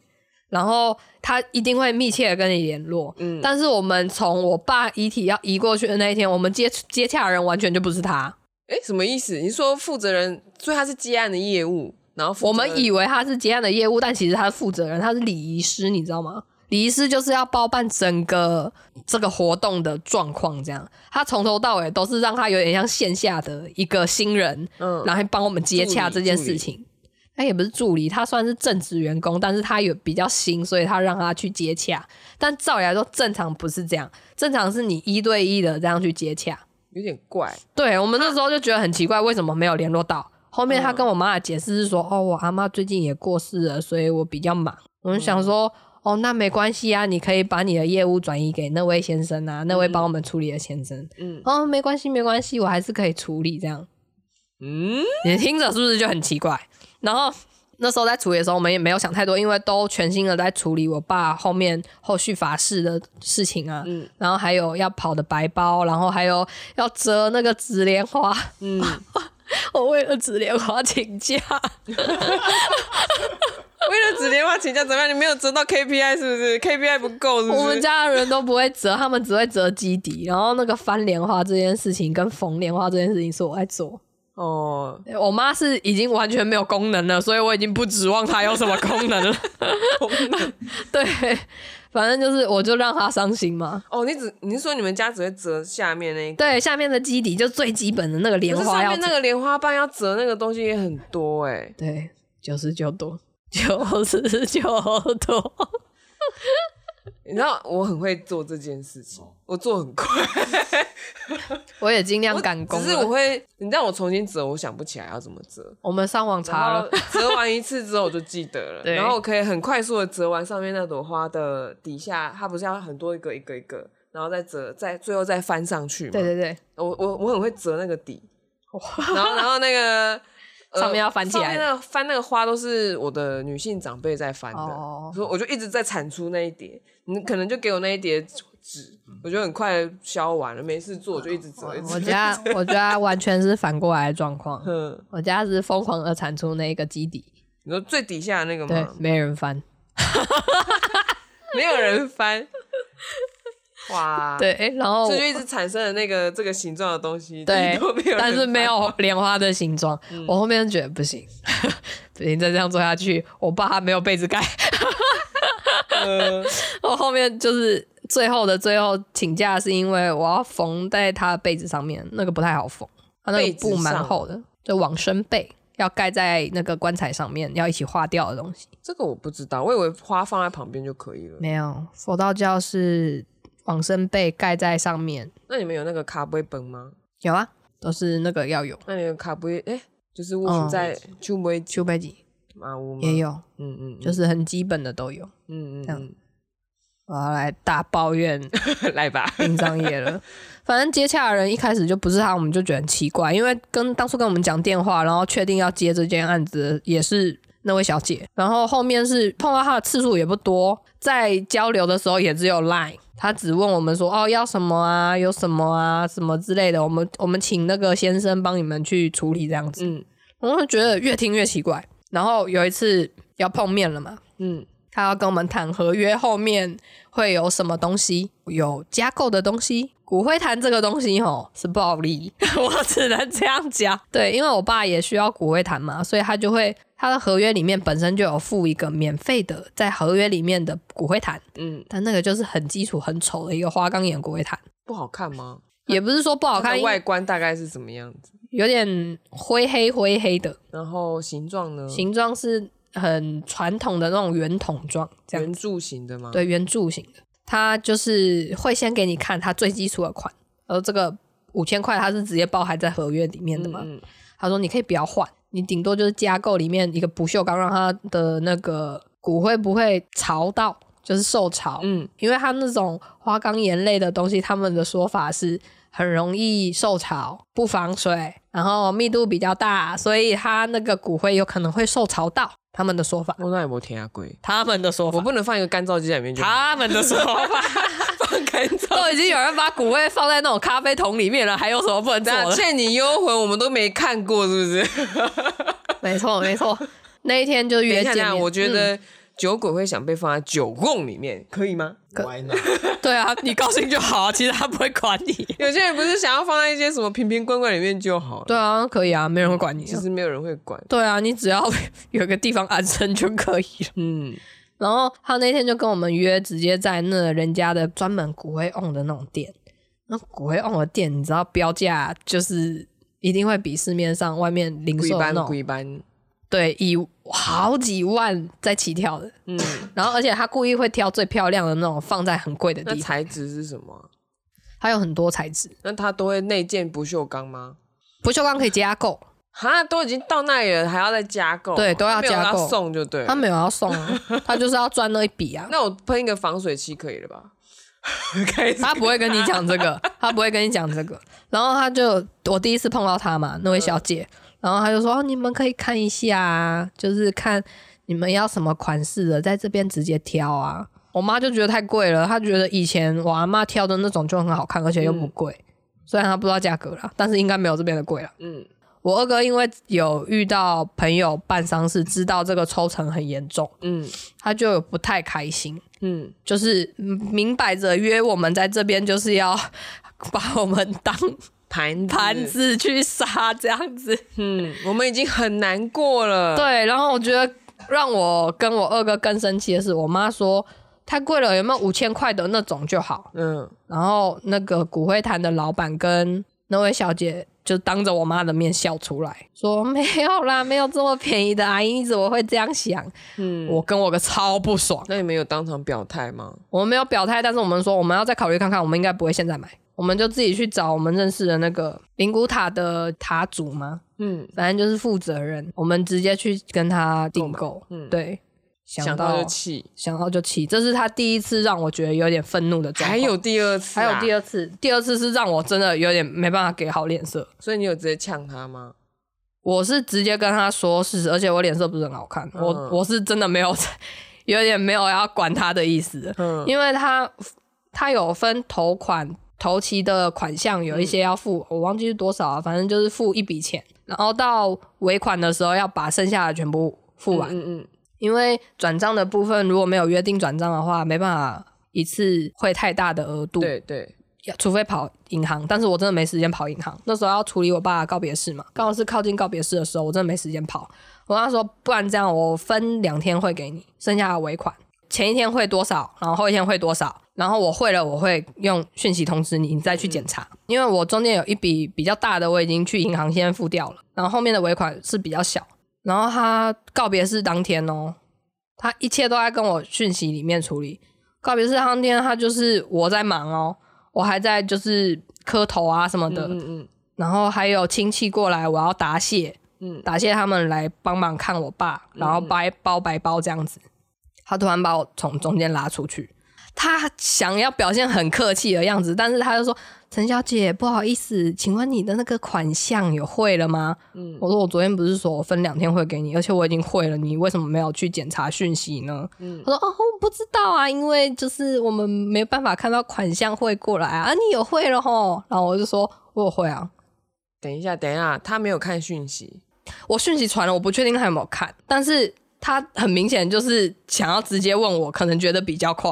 然后他一定会密切的跟你联络，嗯，但是我们从我爸遗体要移过去的那一天，我们接接洽的人完全就不是他，哎，什么意思？你说负责人，所以他是接案的业务，然后负责我们以为他是结案的业务，但其实他是负责人，他是礼仪师，你知道吗？礼仪师就是要包办整个这个活动的状况，这样他从头到尾都是让他有点像线下的一个新人，嗯然后帮我们接洽这件事情。他也不是助理，他算是正职员工，但是他有比较新，所以他让他去接洽。但照理来说，正常不是这样，正常是你一对一的这样去接洽。有点怪，对我们那时候就觉得很奇怪，为什么没有联络到？后面他跟我妈的解释是说，哦，我阿妈最近也过世了，所以我比较忙。我们想说，哦，那没关系啊，你可以把你的业务转移给那位先生啊，那位帮我们处理的先生。嗯哦，没关系，没关系，我还是可以处理这样。嗯，你听着是不是就很奇怪？然后那时候在处理的时候，我们也没有想太多，因为都全心的在处理我爸后面后续法事的事情啊，嗯然后还有要跑的白包，然后还有要折那个紫莲花，嗯， (laughs) 我为了紫莲花请假，为了紫莲花请假怎么样？你没有折到 KPI 是不是？KPI 不够是不是？我们家的人都不会折，他们只会折基底。然后那个翻莲花这件事情跟缝莲花这件事情是我在做。哦， (laughs) 对我妈是已经完全没有功能了，所以我已经不指望她有什么功能了。功能 (laughs) 对，反正就是我就让她伤心嘛。哦，你只你是说你们家只会折下面那一个，对，下面的基底就最基本的那个莲可是花上要面那折个莲花瓣要折那个东西也很多哎、对九十九朵，九十九朵。你知道我很会做这件事情，我做很快，我也尽量我赶工只是我了。会，你让我重新折，我想不起来要怎么折。我们上网然查了后，折完一次之后我就记得了， (laughs) 对然后我可以很快速的折完上面那朵花的底下，它不是要很多一个一个一个，然后再折，再最后再翻上去嘛。对对 (laughs) 对，我我我很会折那个底，然后然后那 (laughs) 个。呃上面要翻起来上面那个翻那个花都是我的女性长辈在翻的，哦所以我就一直在产出那一叠。你可能就给我那一叠纸，我就很快削完了，没事做我就一直折，一直折我家我家完全是反过来的状况。嗯，我家是疯狂的产出那个基底，你说最底下的那个对吗，？没人翻。没有人 (laughs) 翻，哇，，对，然后所以就一直产生了那个这个形状的东西， (laughs) 对都没有，人但是翻没有嗯莲花的形状。我后面觉得不行， (laughs) 不行，再这样做下去，我爸他没有被子盖。呃 (laughs) 我后面就是最后的最后请假，是因为我要缝在他的被子上面，那个不太好缝，他那被个子布蛮上厚的，就往生被。要盖在那个棺材上面，要一起化掉的东西。这个我不知道，我以为花放在旁边就可以了。没有，佛道教是往生被盖在上面。那你们有那个卡布本吗？有啊，都是那个要有。那你的卡布哎，就是嗯我在秋梅丘贝吉马屋吗？也，有，嗯嗯，就是很基本的都有。嗯嗯这样嗯 (laughs) 我要来大抱怨嗯，来吧，殡葬业了。反正接洽的人一开始就不是他，我们就觉得很奇怪，因为跟当初跟我们讲电话，然后确定要接这件案子的也是那位小姐，然后后面是碰到她的次数也不多，在交流的时候也只有 Line。她只问我们说：“哦，要什么啊？有什么啊？什么之类的？我们我们请那个先生帮你们去处理这样子。嗯我就觉得越听越奇怪。然后有一次要碰面了嘛，嗯，他要跟我们谈合约后面会有什么东西，有加购的东西。骨灰坛这个东西吼是暴利， (laughs) 我只能这样讲。对，因为我爸也需要骨灰坛嘛，所以他就会他的合约里面本身就有附一个免费的，在合约里面的骨灰坛，嗯，但那个就是很基础、很丑的一个花岗岩骨灰坛，不好看吗？也不是说不好它看的，外观大概是什么样子？有点灰黑灰黑的，然后形状呢？形状是很传统的那种圆筒状，这样圆柱形的吗？，对，圆柱型的，它就是会先给你看它最基础的款，然后这个五千块它是直接包含在合约里面的嘛。嗯他说你可以不要换，你顶多就是加购里面一个不锈钢，让它的那个骨灰不会潮到，就是受潮。嗯因为它那种花岗岩类的东西，他们的说法是很容易受潮、不防水，然后密度比较大，所以它那个骨灰有可能会受潮到。他们的说法，哦我那有没有天下龟？他们的说我不能放一个干燥机在里面就好，他们的说法， (laughs) 放干 (laughs) 燥都已经有人把骨灰放在那种咖啡桶里面了，还有什么不能做那 (laughs) 的？倩女幽魂我们都没看过，是不是？没错，没错。那一天就等约一下，见等一下面，我觉嗯、得酒鬼会想被放在酒瓮里面，可以吗？ Why not？ (laughs) 对啊，你高兴就好，其实他不会管你。有些人不是想要放在一些什么瓶瓶罐罐里面就好了， (laughs) 对啊，可以啊，没人会管你、其啊。实没有人会管。对啊，你只要 (laughs) 有个地方安身就可以了。嗯，然后他那天就跟我们约，直接在那人家的专门骨灰瓮的那种店。那骨灰瓮的店，你知道标价就是一定会比市面上外面零鬼售的班那种鬼班，对以好几万在起跳的。嗯，然后而且他故意会挑最漂亮的那种放在很贵的那地方，材质是什么啊？它有很多材质，那它都会内建不锈钢吗？不锈钢可以加购，哈，都已经到那里了，还要再加购？啊对都要没有加购送就对了他没有要送 (laughs) 啊，他就是要赚那一笔啊。那我喷一个防水漆可以了吧？ (laughs) 开始他不会跟你讲这 (laughs) 个，他不会跟你讲这个。然后他就我第一次碰到他嘛，那位小姐，然后他就说、哦你们可以看一下啊，就是看你们要什么款式的，在这边直接挑啊。我妈就觉得太贵了，她觉得以前我阿妈挑的嗯那种就很好看，而且又不贵。虽然她不知道价格啦，但是应该没有这边的贵啦。嗯，我二哥因为有遇到朋友办丧事，知道这个抽成很严重，嗯他就有不太开心，嗯，就是明摆着约我们在这边就是要 (laughs) 把我们当 (laughs) 盘盘，子去杀这样子。嗯，我们已经很难过了。，对，然后我觉得让我跟我二哥更生气的是，我妈说太贵了，有没有五千块的那种就好。嗯，然后那个骨灰坛的老板跟那位小姐就当着我妈的面笑出来，说没有啦，没有这么便宜的，阿姨你怎么会这样想？嗯，我跟我哥超不爽，那你们有当场表态吗？我们没有表态，但是我们说我们要再考虑看看，我们应该不会现在买。我们就自己去找我们认识的那个灵骨塔的塔主吗？嗯，反正就是负责人，我们直接去跟他订购。嗯对，想想到到就气，想到就气，这是他第一次让我觉得有点愤怒的状还况。有第二次、啊还有第二，二次，第二次是让我真的有点没办法给好脸色。所以你有直接呛他吗？我是直接跟他说事实，而且我脸色不是很好看，我嗯我是真的没有 (laughs) 有点没有要管他的意思，嗯因为他他有分头款、头期的款项，有一嗯些要付，我忘记是多少啊，反正就是付一笔钱，然后到尾款的时候要把剩下的全部付完，嗯嗯因为转账的部分如果没有约定转账的话，没办法一次会太大的额度嗯，，对对，除非跑银行，但是我真的没时间跑银行。那时候要处理我爸的告别式嘛，刚好是靠近告别式的时候，我真的没时间跑。我跟他说，不然这样，我分两天汇给你，剩下的尾款前一天汇多少，然后后一天汇多少，然后我汇了，我会用讯息通知你，你再去检查。因为我中间有一笔比较大的，我已经去银行先付掉了，然后后面的尾款是比较小。然后他告别式当天哦，他一切都在跟我讯息里面处理。告别式当天，他就是我在忙哦，我还在就是磕头啊什么的，嗯嗯然后还有亲戚过来，我要答谢，嗯答谢他们来帮忙看我爸，然后白包白包这样子。他突然把我从中间拉出去，他想要表现很客气的样子，但是他就说：“陈小姐，不好意思，请问你的那个款项有汇了吗？”嗯我说：“我昨天不是说我分两天汇给你，而且我已经汇了，你为什么没有去检查讯息呢？”嗯他说：“哦，我不知道啊，因为就是我们没办法看到款项汇过来啊。啊，你有汇了吼？”然后我就说：“我有汇啊，等一下，等一下，他没有看讯息，我讯息传了，我不确定他有没有看，但是他很明显就是想要直接问我，可能觉得比较快，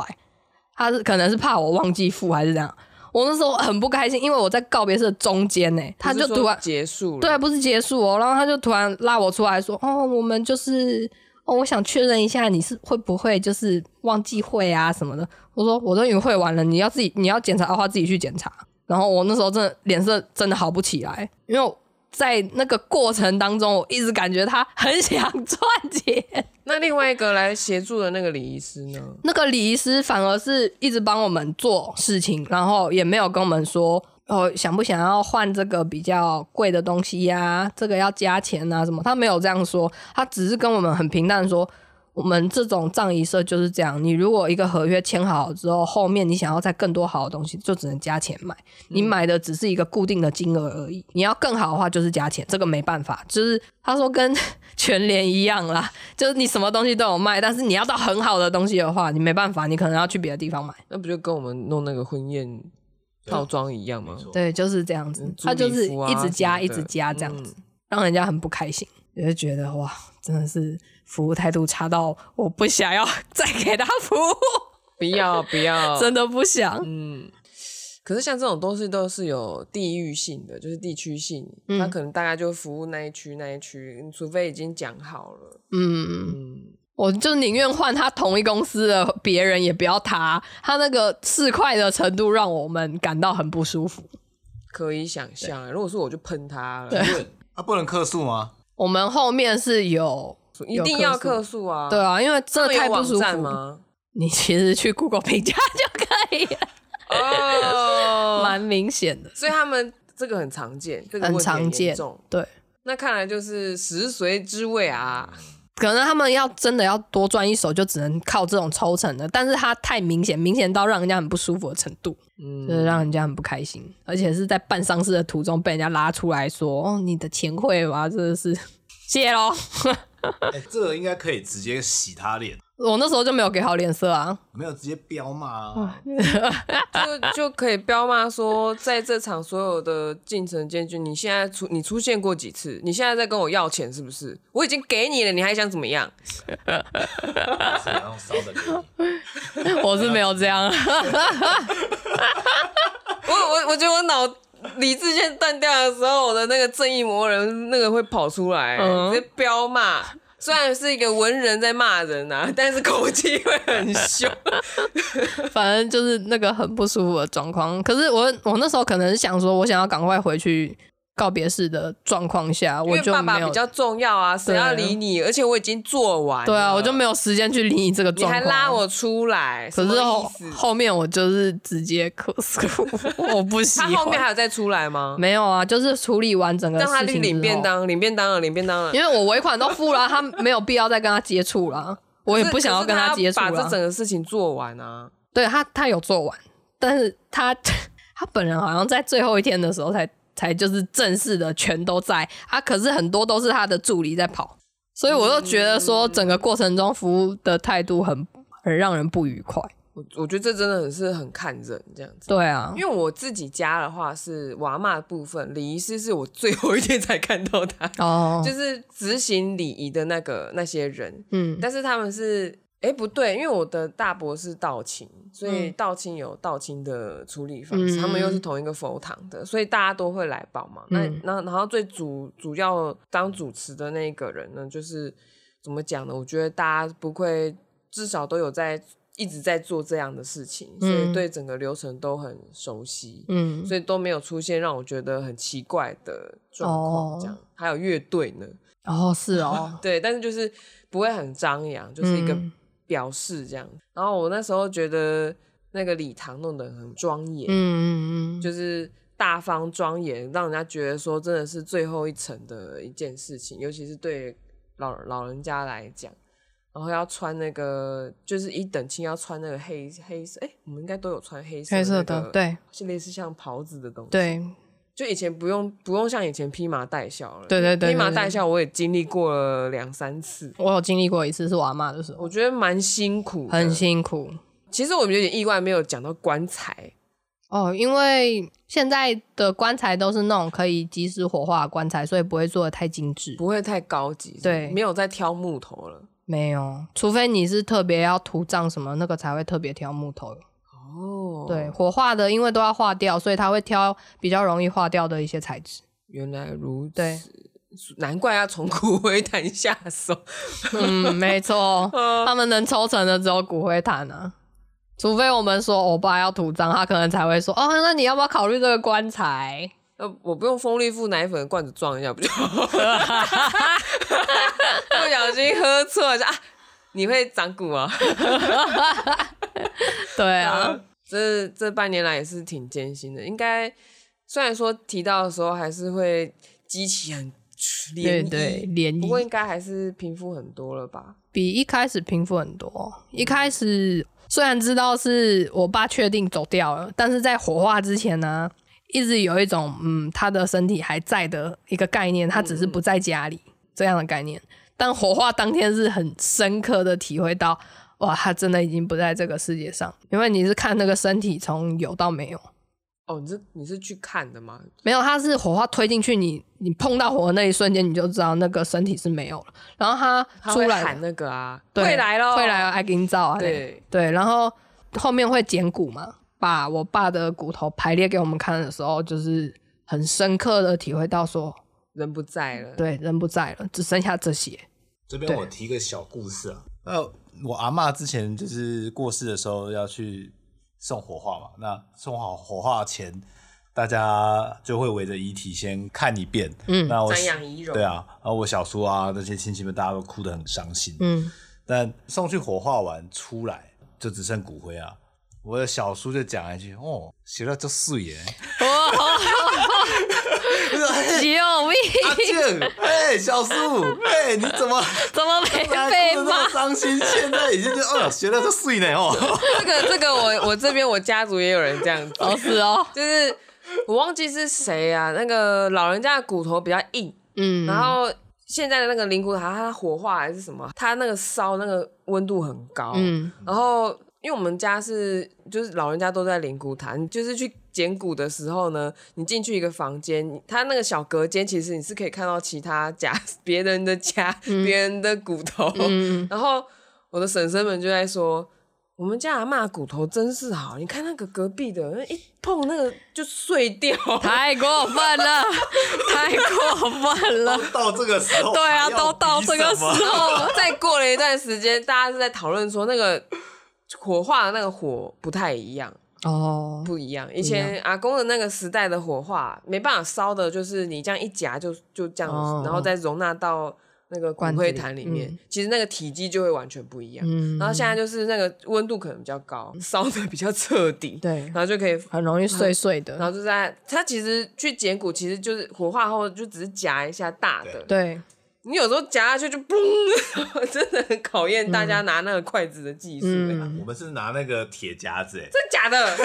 他是可能是怕我忘记付还是怎样。”我那时候很不开心，因为我在告别式的中间呢、他不就是突说然结束了，对，不是结束哦，然后他就突然拉我出来说：“哦，我们就是哦，我想确认一下你是会不会就是忘记会啊什么的。”我说：“我都已经会完了，你要自己你要检查的话自己去检查。”然后我那时候真的脸色真的好不起来，因为我在那个过程当中，我一直感觉他很想 (laughs) 赚钱。那另外一个来协助的那个礼仪师呢？那个礼仪师反而是一直帮我们做事情，然后也没有跟我们说哦，想不想要换这个比较贵的东西呀、这个要加钱啊什么，他没有这样说，他只是跟我们很平淡地说。我们这种葬仪社就是这样，你如果一个合约签好之后，后面你想要再更多好的东西，就只能加钱买。你买的只是一个固定的金额而已，你要更好的话就是加钱，这个没办法。就是他说跟 (laughs) 全联一样啦，就是你什么东西都有卖，但是你要到很好的东西的话，你没办法，你可能要去别的地方买。那不就跟我们弄那个婚宴套装一样吗？对，就是这样子嗯，他就租是礼服啊一直加，什么的一直加这样子，嗯让人家很不开心，也是觉得哇，真的是服务态度差到我不想要再给他 (laughs) 服务，不要不要， (laughs) 真的不想。嗯，可是像这种东西都是有地域性的，就是地区性，嗯它可能大概就服务那一区那一区，除非已经讲好了。嗯，嗯，我就宁愿换他同一公司的别人，也不要他。他那个市侩的程度让我们感到很不舒服。可以想象，啊如果是我就喷他了，不能啊，不能客诉吗？我们后面是有，一定要有客客诉啊。对，啊，因为他真的们有太不网舒站服了。吗？你其实去 Google 评价就可以了， (laughs) 哦，蛮明显的，所以他们这个很常见，这个很问题常严见重。。对，那看来就是食髓知味啊。 (laughs) 可能他们要真的要多赚一手，就只能靠这种抽成的。但是他太明显，明显到让人家很不舒服的程度。嗯就是让人家很不开心，而且是在办丧事的途中被人家拉出来说：“哦，你的钱 (laughs) 会吗？”真的是谢喽。哎、这个应该可以直接洗他脸，我那时候就没有给好脸色啊， (laughs) 没有直接彪骂啊，就就可以彪骂说，在这场所有的进程间距，你现在出你出现过几次？你现在在跟我要钱是不是？我已经给你了，你还想怎么样？ (laughs) 然后烧的给你，我是没有这 (laughs) 样。啊我我我觉得我脑理智线断掉的时候，我的那个正义魔人那个会跑出来，嗯直接彪骂。虽然是一个文人在骂人啊， (laughs) 但是口气会很凶。反正就是那个很不舒服的状况。可是我我那时候可能是想说，我想要赶快回去告别式的状况下，因我为就爸没爸有比较重要啊，谁要对理你？而且我已经做完了，对啊，我就没有时间去理你这个你状还况。拉，我出来，可是什后么意思？后面我就是直接咳嗽，(laughs) 我不喜他欢。后面还有再出来吗？没有啊，就是处理完整个让他事去情领便之后，当，领便当了，领便当了。因为我尾款都付了，他没有必要再跟他接触了，我也不想要跟他接触啊把这了整。个事情做完啊。对他，他有做完，但是他 (laughs) 他本人好像在最后一天的时候才才就是正式的全都在，他可是很多都是他的助理在跑，所以我就觉得嗯说整个过程中服务的态度很很让人不愉快。我我觉得这真的很是很看人这样子。对啊因，为我自己家的话是娃妈的部分，礼仪师是我最后一天才看到他，哦，就是执行礼仪的那个那些人，嗯但是他们是。哎，不对，因为我的大伯是道清，所以嗯道清有道清的处理方式，嗯他们又是同一个佛堂的，所以大家都会来帮忙。那嗯那然后最主主要当主持的那一个人呢，就是怎么讲呢？我觉得大家不愧至少都有在一直在做这样的事情，所以嗯对整个流程都很熟悉。嗯，所以都没有出现让我觉得很奇怪的状况，哦这样、还有乐队呢，哦是 (laughs) 哦，对，但是就是不会很张扬，就是一个嗯表示这样。然后我那时候觉得那个礼堂弄得很庄严，嗯嗯嗯，就是大方庄严，让人家觉得说真的是最后一层的一件事情，尤其是对老老人家来讲。然后要穿那个，就是一等亲要穿那个黑黑色，哎，我们应该都有穿黑色、黑那色个的，，对是类似像袍子的东西。对，就以前不用不用像以前披麻戴孝了，对对对对披麻戴孝我也经历过了两三次，我有经历过一次是我阿妈的时候，我觉得蛮辛苦，很。辛苦。其实我们有点意外，没有讲到棺材，哦，因为现在的棺材都是那种可以及时火化的棺材，所以不会做的太精致。不会太高级，对没有在挑木头了。没有，除非你是特别要土葬什么，那个才会特别挑木头。哦，对，，火化的因为都要化掉，所以他会挑比较容易化掉的一些材质。原来如此，对，难怪要从骨灰坛下手。嗯，没错，他们能抽成的只有骨灰坛啊。除非我们说欧巴要土葬，他可能才会说哦，那你要不要考虑这个棺材？呃，我不用风力富奶粉的罐子撞一下不就好了？ (laughs) 不小心喝错一下，啊你会长骨啊？对啊， (laughs) 这这半年来也是挺艰辛的。应该虽然说提到的时候还是会激起很对涟漪，对，联不谊过应该还是平复很多了吧？比一开始平复很多。嗯一开始虽然知道是我爸确定走掉了，但是在火化之前呢，一直有一种嗯他的身体还在的一个概嗯念，他只是不在家里、这样的概念。但火化当天是很深刻的体会到，哇，他真的已经不在这个世界上，因为你是看那个身体从有到没有，哦，你是你是去看的吗？没有，它是火花推进去你，你碰到火的那一瞬间，你就知道那个身体是没有了。然后它他出会来喊那个啊，对会来咯，会来哦，爱给你照啊，对对，然后后面会捡骨嘛，把我爸的骨头排列给我们看的时候，就是很深刻的体会到说，人不在了。嗯对，人不在了，只剩下这些，这边我提个小故事啊，那我阿嬷之前就是过世的时候要去送火化嘛，那送好火化前，大家就会围着遗体先看一遍，嗯，那我瞻仰遗容对啊，然后我小叔啊那些亲戚们大家都哭得很伤心，嗯，但送去火化完出来就只剩骨灰啊，我的小叔就讲了一句，哦，写了就素 (laughs) 颜，救命！阿健，哎，小叔，哎，你 (laughs) 怎么？怎么 (laughs) 没本来被哭得骂那么？伤心，现在已经就哦，学了就碎呢哦。这个这个我我这边我家族也有人这样子，哦，是哦，就是我忘记是谁啊，那个老人家的骨头比较硬，嗯，然后现在的那个灵骨塔，它火化还是什么，它那个烧那个温度很高，嗯，然后，因为我们家是就是老人家都在灵骨塔，你就是去捡骨的时候呢，你进去一个房间，你它那个小隔间，其实你是可以看到其他家 (laughs) 别人的家、嗯别人的骨头。然后我的婶婶们就在说。我们家阿嬷骨头真是好，你看那个隔壁的，一碰那个就碎掉。太过分了，太过分了。到这个时候， (laughs) 对啊，还要都到比这个什时么候， (laughs) 再过了一段时间，大家是在讨论说那个火化的那个火不太一样，哦，不一样。以前阿公的那个时代的火化，没办法烧的，就是你这样一夹就就这样，哦然后再容纳到那个骨罐子灰里坛里面，嗯其实那个体积就会完全不一样。嗯然后现在就是那个温度可能比较高，烧的比较彻底，对然，后就可以。很容易碎碎然的，后就在它其实去捡骨，其实就是火化后就只是夹一下大的，对，你有时候夹下去就嘣， (laughs) 真的很考验大家拿那个筷子的技术、欸。嗯，我们是拿那个铁夹子，哎，真假的？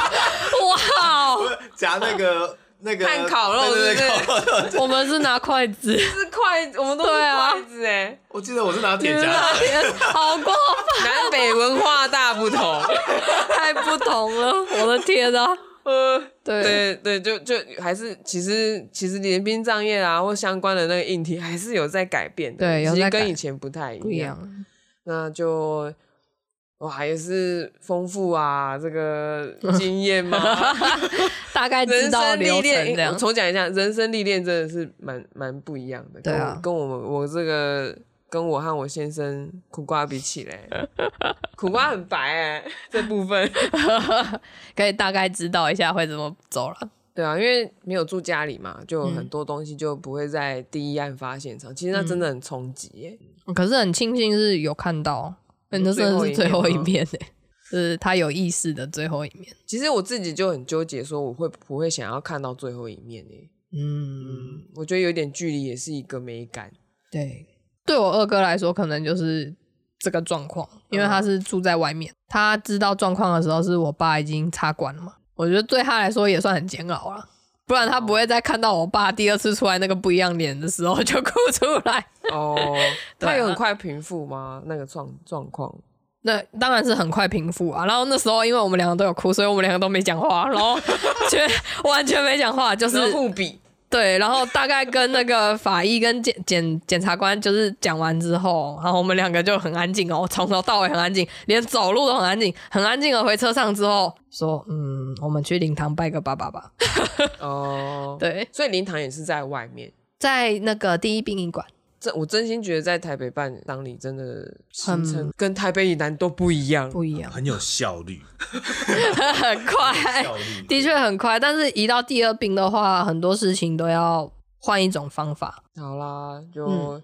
哇哦，夹那个那个炭烤肉对对对是不是烤肉我们是拿筷子， (laughs) 是筷子，我们都是对啊筷子哎、我记得我是拿铁天夹哪子，天好过南北文化大不同。分，太不同了，我的天啊！呃， (laughs) 对，对对，就就还是其实其实连殡葬业啊或相关的那个硬体还是有在改变的，对有其实在改跟以前不太一样。不一样，那就哇，也是丰富啊，这 (laughs) 个经验嘛，大概知人道生历流程练这，我样。重讲一下，人生历练真的是蛮蛮不一样的。对啊跟我跟我们我这个跟我和我先生苦瓜比起来， (laughs) 苦瓜很白哎、这部分。可以大概知道一下会怎么走了。对啊，因为没有住家里嘛，就很多东西就不会在第一案发现场。其实嗯那真的很冲击欸耶。可是很庆幸是有看到，嗯那真的是最最后后一面一吗面嗯呢、是他有意识的最后一面。其实我自己就很纠结，说我会不会想要看到最后一面呢？嗯，我觉得有点距离也是一个美感。对，对我二哥来说，可能就是这个状况，因为他是住在外面，他知道状况的时候，是我爸已经插管了嘛。我觉得对他来说也算很煎熬了，不然他不会再看到我爸第二次出来那个不一样脸的时候就哭出来。 (laughs) 哦，对啊他有很快平复吗？那个状状况？那当然是很快平复啊。然后那时候因为我们两个都有哭，所以我们两个都没讲话，然后 (laughs) 全完全没讲话，就是是互比，对，然后大概跟那个法医跟检检检察官就是讲完之后，然后我们两个就很安静哦，从头到尾很安静，连走路都很安静，很安静的回车上之后说，嗯，我们去灵堂拜个爸爸吧。哦，对，所以灵堂也是在外面。在那个第一殡仪馆，这我真心觉得在台北办丧礼真的行很程跟台北以南都不一样。不一样，很有效率， (laughs) 很快， (laughs) 效率哎的确很快，但是一到第二殡的话，很多事情都要换一种方法。好啦，就嗯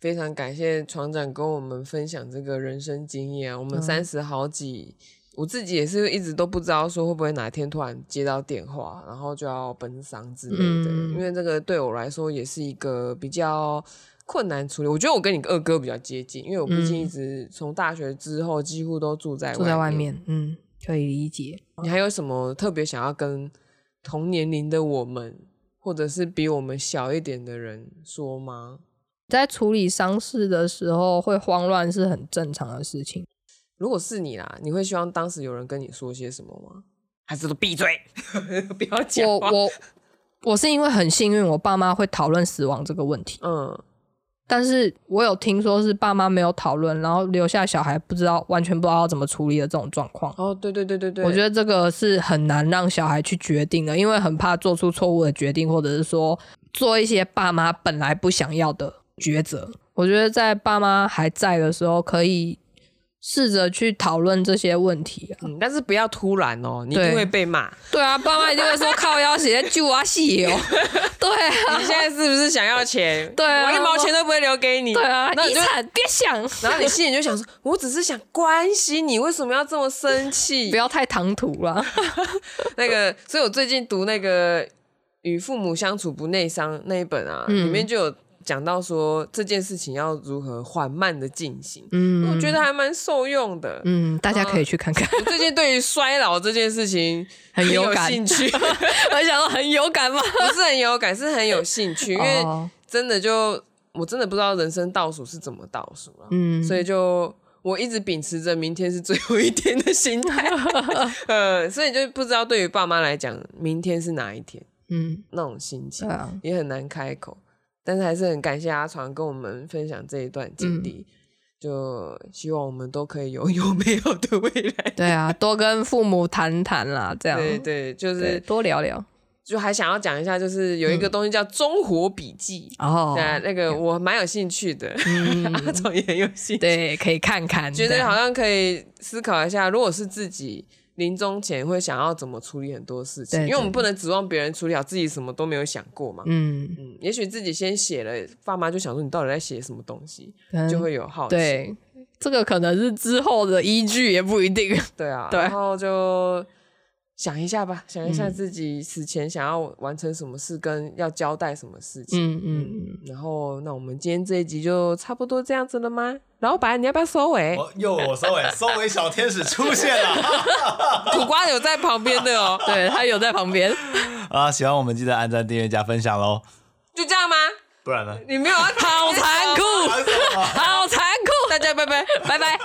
非常感谢船长跟我们分享这个人生经验啊。我们嗯三十好几，我自己也是一直都不知道说会不会哪天突然接到电话，然后就要奔丧之类的，嗯因为这个对我来说也是一个比较。困难处理，我觉得我跟你二哥比较接近，因为我毕竟嗯一直从大学之后几乎都住在住在外面，嗯，可以理解。你还有什么特别想要跟同年龄的我们，或者是比我们小一点的人说吗？在处理丧事的时候会慌乱是很正常的事情。如果是你啦，你会希望当时有人跟你说些什么吗？还是都闭嘴， (laughs) 不要讲我话我我是因为很幸运，我爸妈会讨论死亡这个问题，嗯，但是我有听说是爸妈没有讨论，然后留下小孩不知道完全不知道要怎么处理的这种状况。哦，对对对对对，我觉得得这个是很难让小孩去决定的，因为很怕做出错误的决定，或者是说做一些爸妈本来不想要的抉择。我觉得在爸妈还在的时候，可以试着去讨论这些问题啊。嗯，但是不要突然哦，你一对定会被 (laughs) 骂。对啊，爸妈一定会说靠腰鞋 (laughs) 救啊戏哦。对啊，你现在是不是想要钱？ (laughs) 对啊我一毛钱都不会留给你。对啊，那你遗就产别想，然后你心里就想说，我只是想关心你，为什么要这么生气？ (laughs) 不要太唐突了。那个，所以我最近读那个《与父母相处不内伤》那一本啊，嗯里面就有讲到说这件事情要如何缓慢的进行，嗯，我觉得还蛮受用的。嗯，大家可以去看看， (laughs) 我最近对于衰老这件事情 (laughs) 很有有感兴 (laughs) 趣，不 (laughs) 我想说很有感吗？是很有感，是很有兴趣，因为哦真的就我真的不知道人生倒数是怎么倒数了、嗯，所以就我一直秉持着明天是最后一天的心态， (laughs) 呃，所以就不知道对于爸妈来讲，明天是哪一天嗯，那种心情对，啊，也很难开口。但是还是很感谢阿床跟我们分享这一段经嗯历，就希望我们都可以拥有 (laughs) 美好的未来。对啊，多跟父母谈谈啦，这样对对，就对是多聊聊就还想要讲一下，就是有一个东西叫《中火笔记》。哦嗯对啊，那个我蛮有兴趣的，阿总也很有兴趣， (laughs) 对，可以看看，觉这得样好像可以思考一下，如果是自己临终前会想要怎么处理很多事情，对因为我们对不能指望别人处理好，自己什么都没有想过嘛。嗯，嗯，也许自己先写了，爸妈就想说你到底在写什么东西，可能就会有好奇。嗯对。这个可能是之后的依据，也不一定。对啊，对然后就想一下吧，想一下嗯自己死前想要完成什么事，跟要交代什么事情。嗯嗯嗯，然后，那我们今天这一集就差不多这样子了吗？老板，你要不要收尾？我又我收 (laughs) 尾，收尾小天使出现了 (laughs) 苦瓜有在旁边的哦，对他有在旁边，啊！喜欢我们记得按赞、订阅、加分享喽，就这样吗？不然呢？你没有要 (laughs) 好残酷，还有什么好残酷。大家拜拜。拜拜。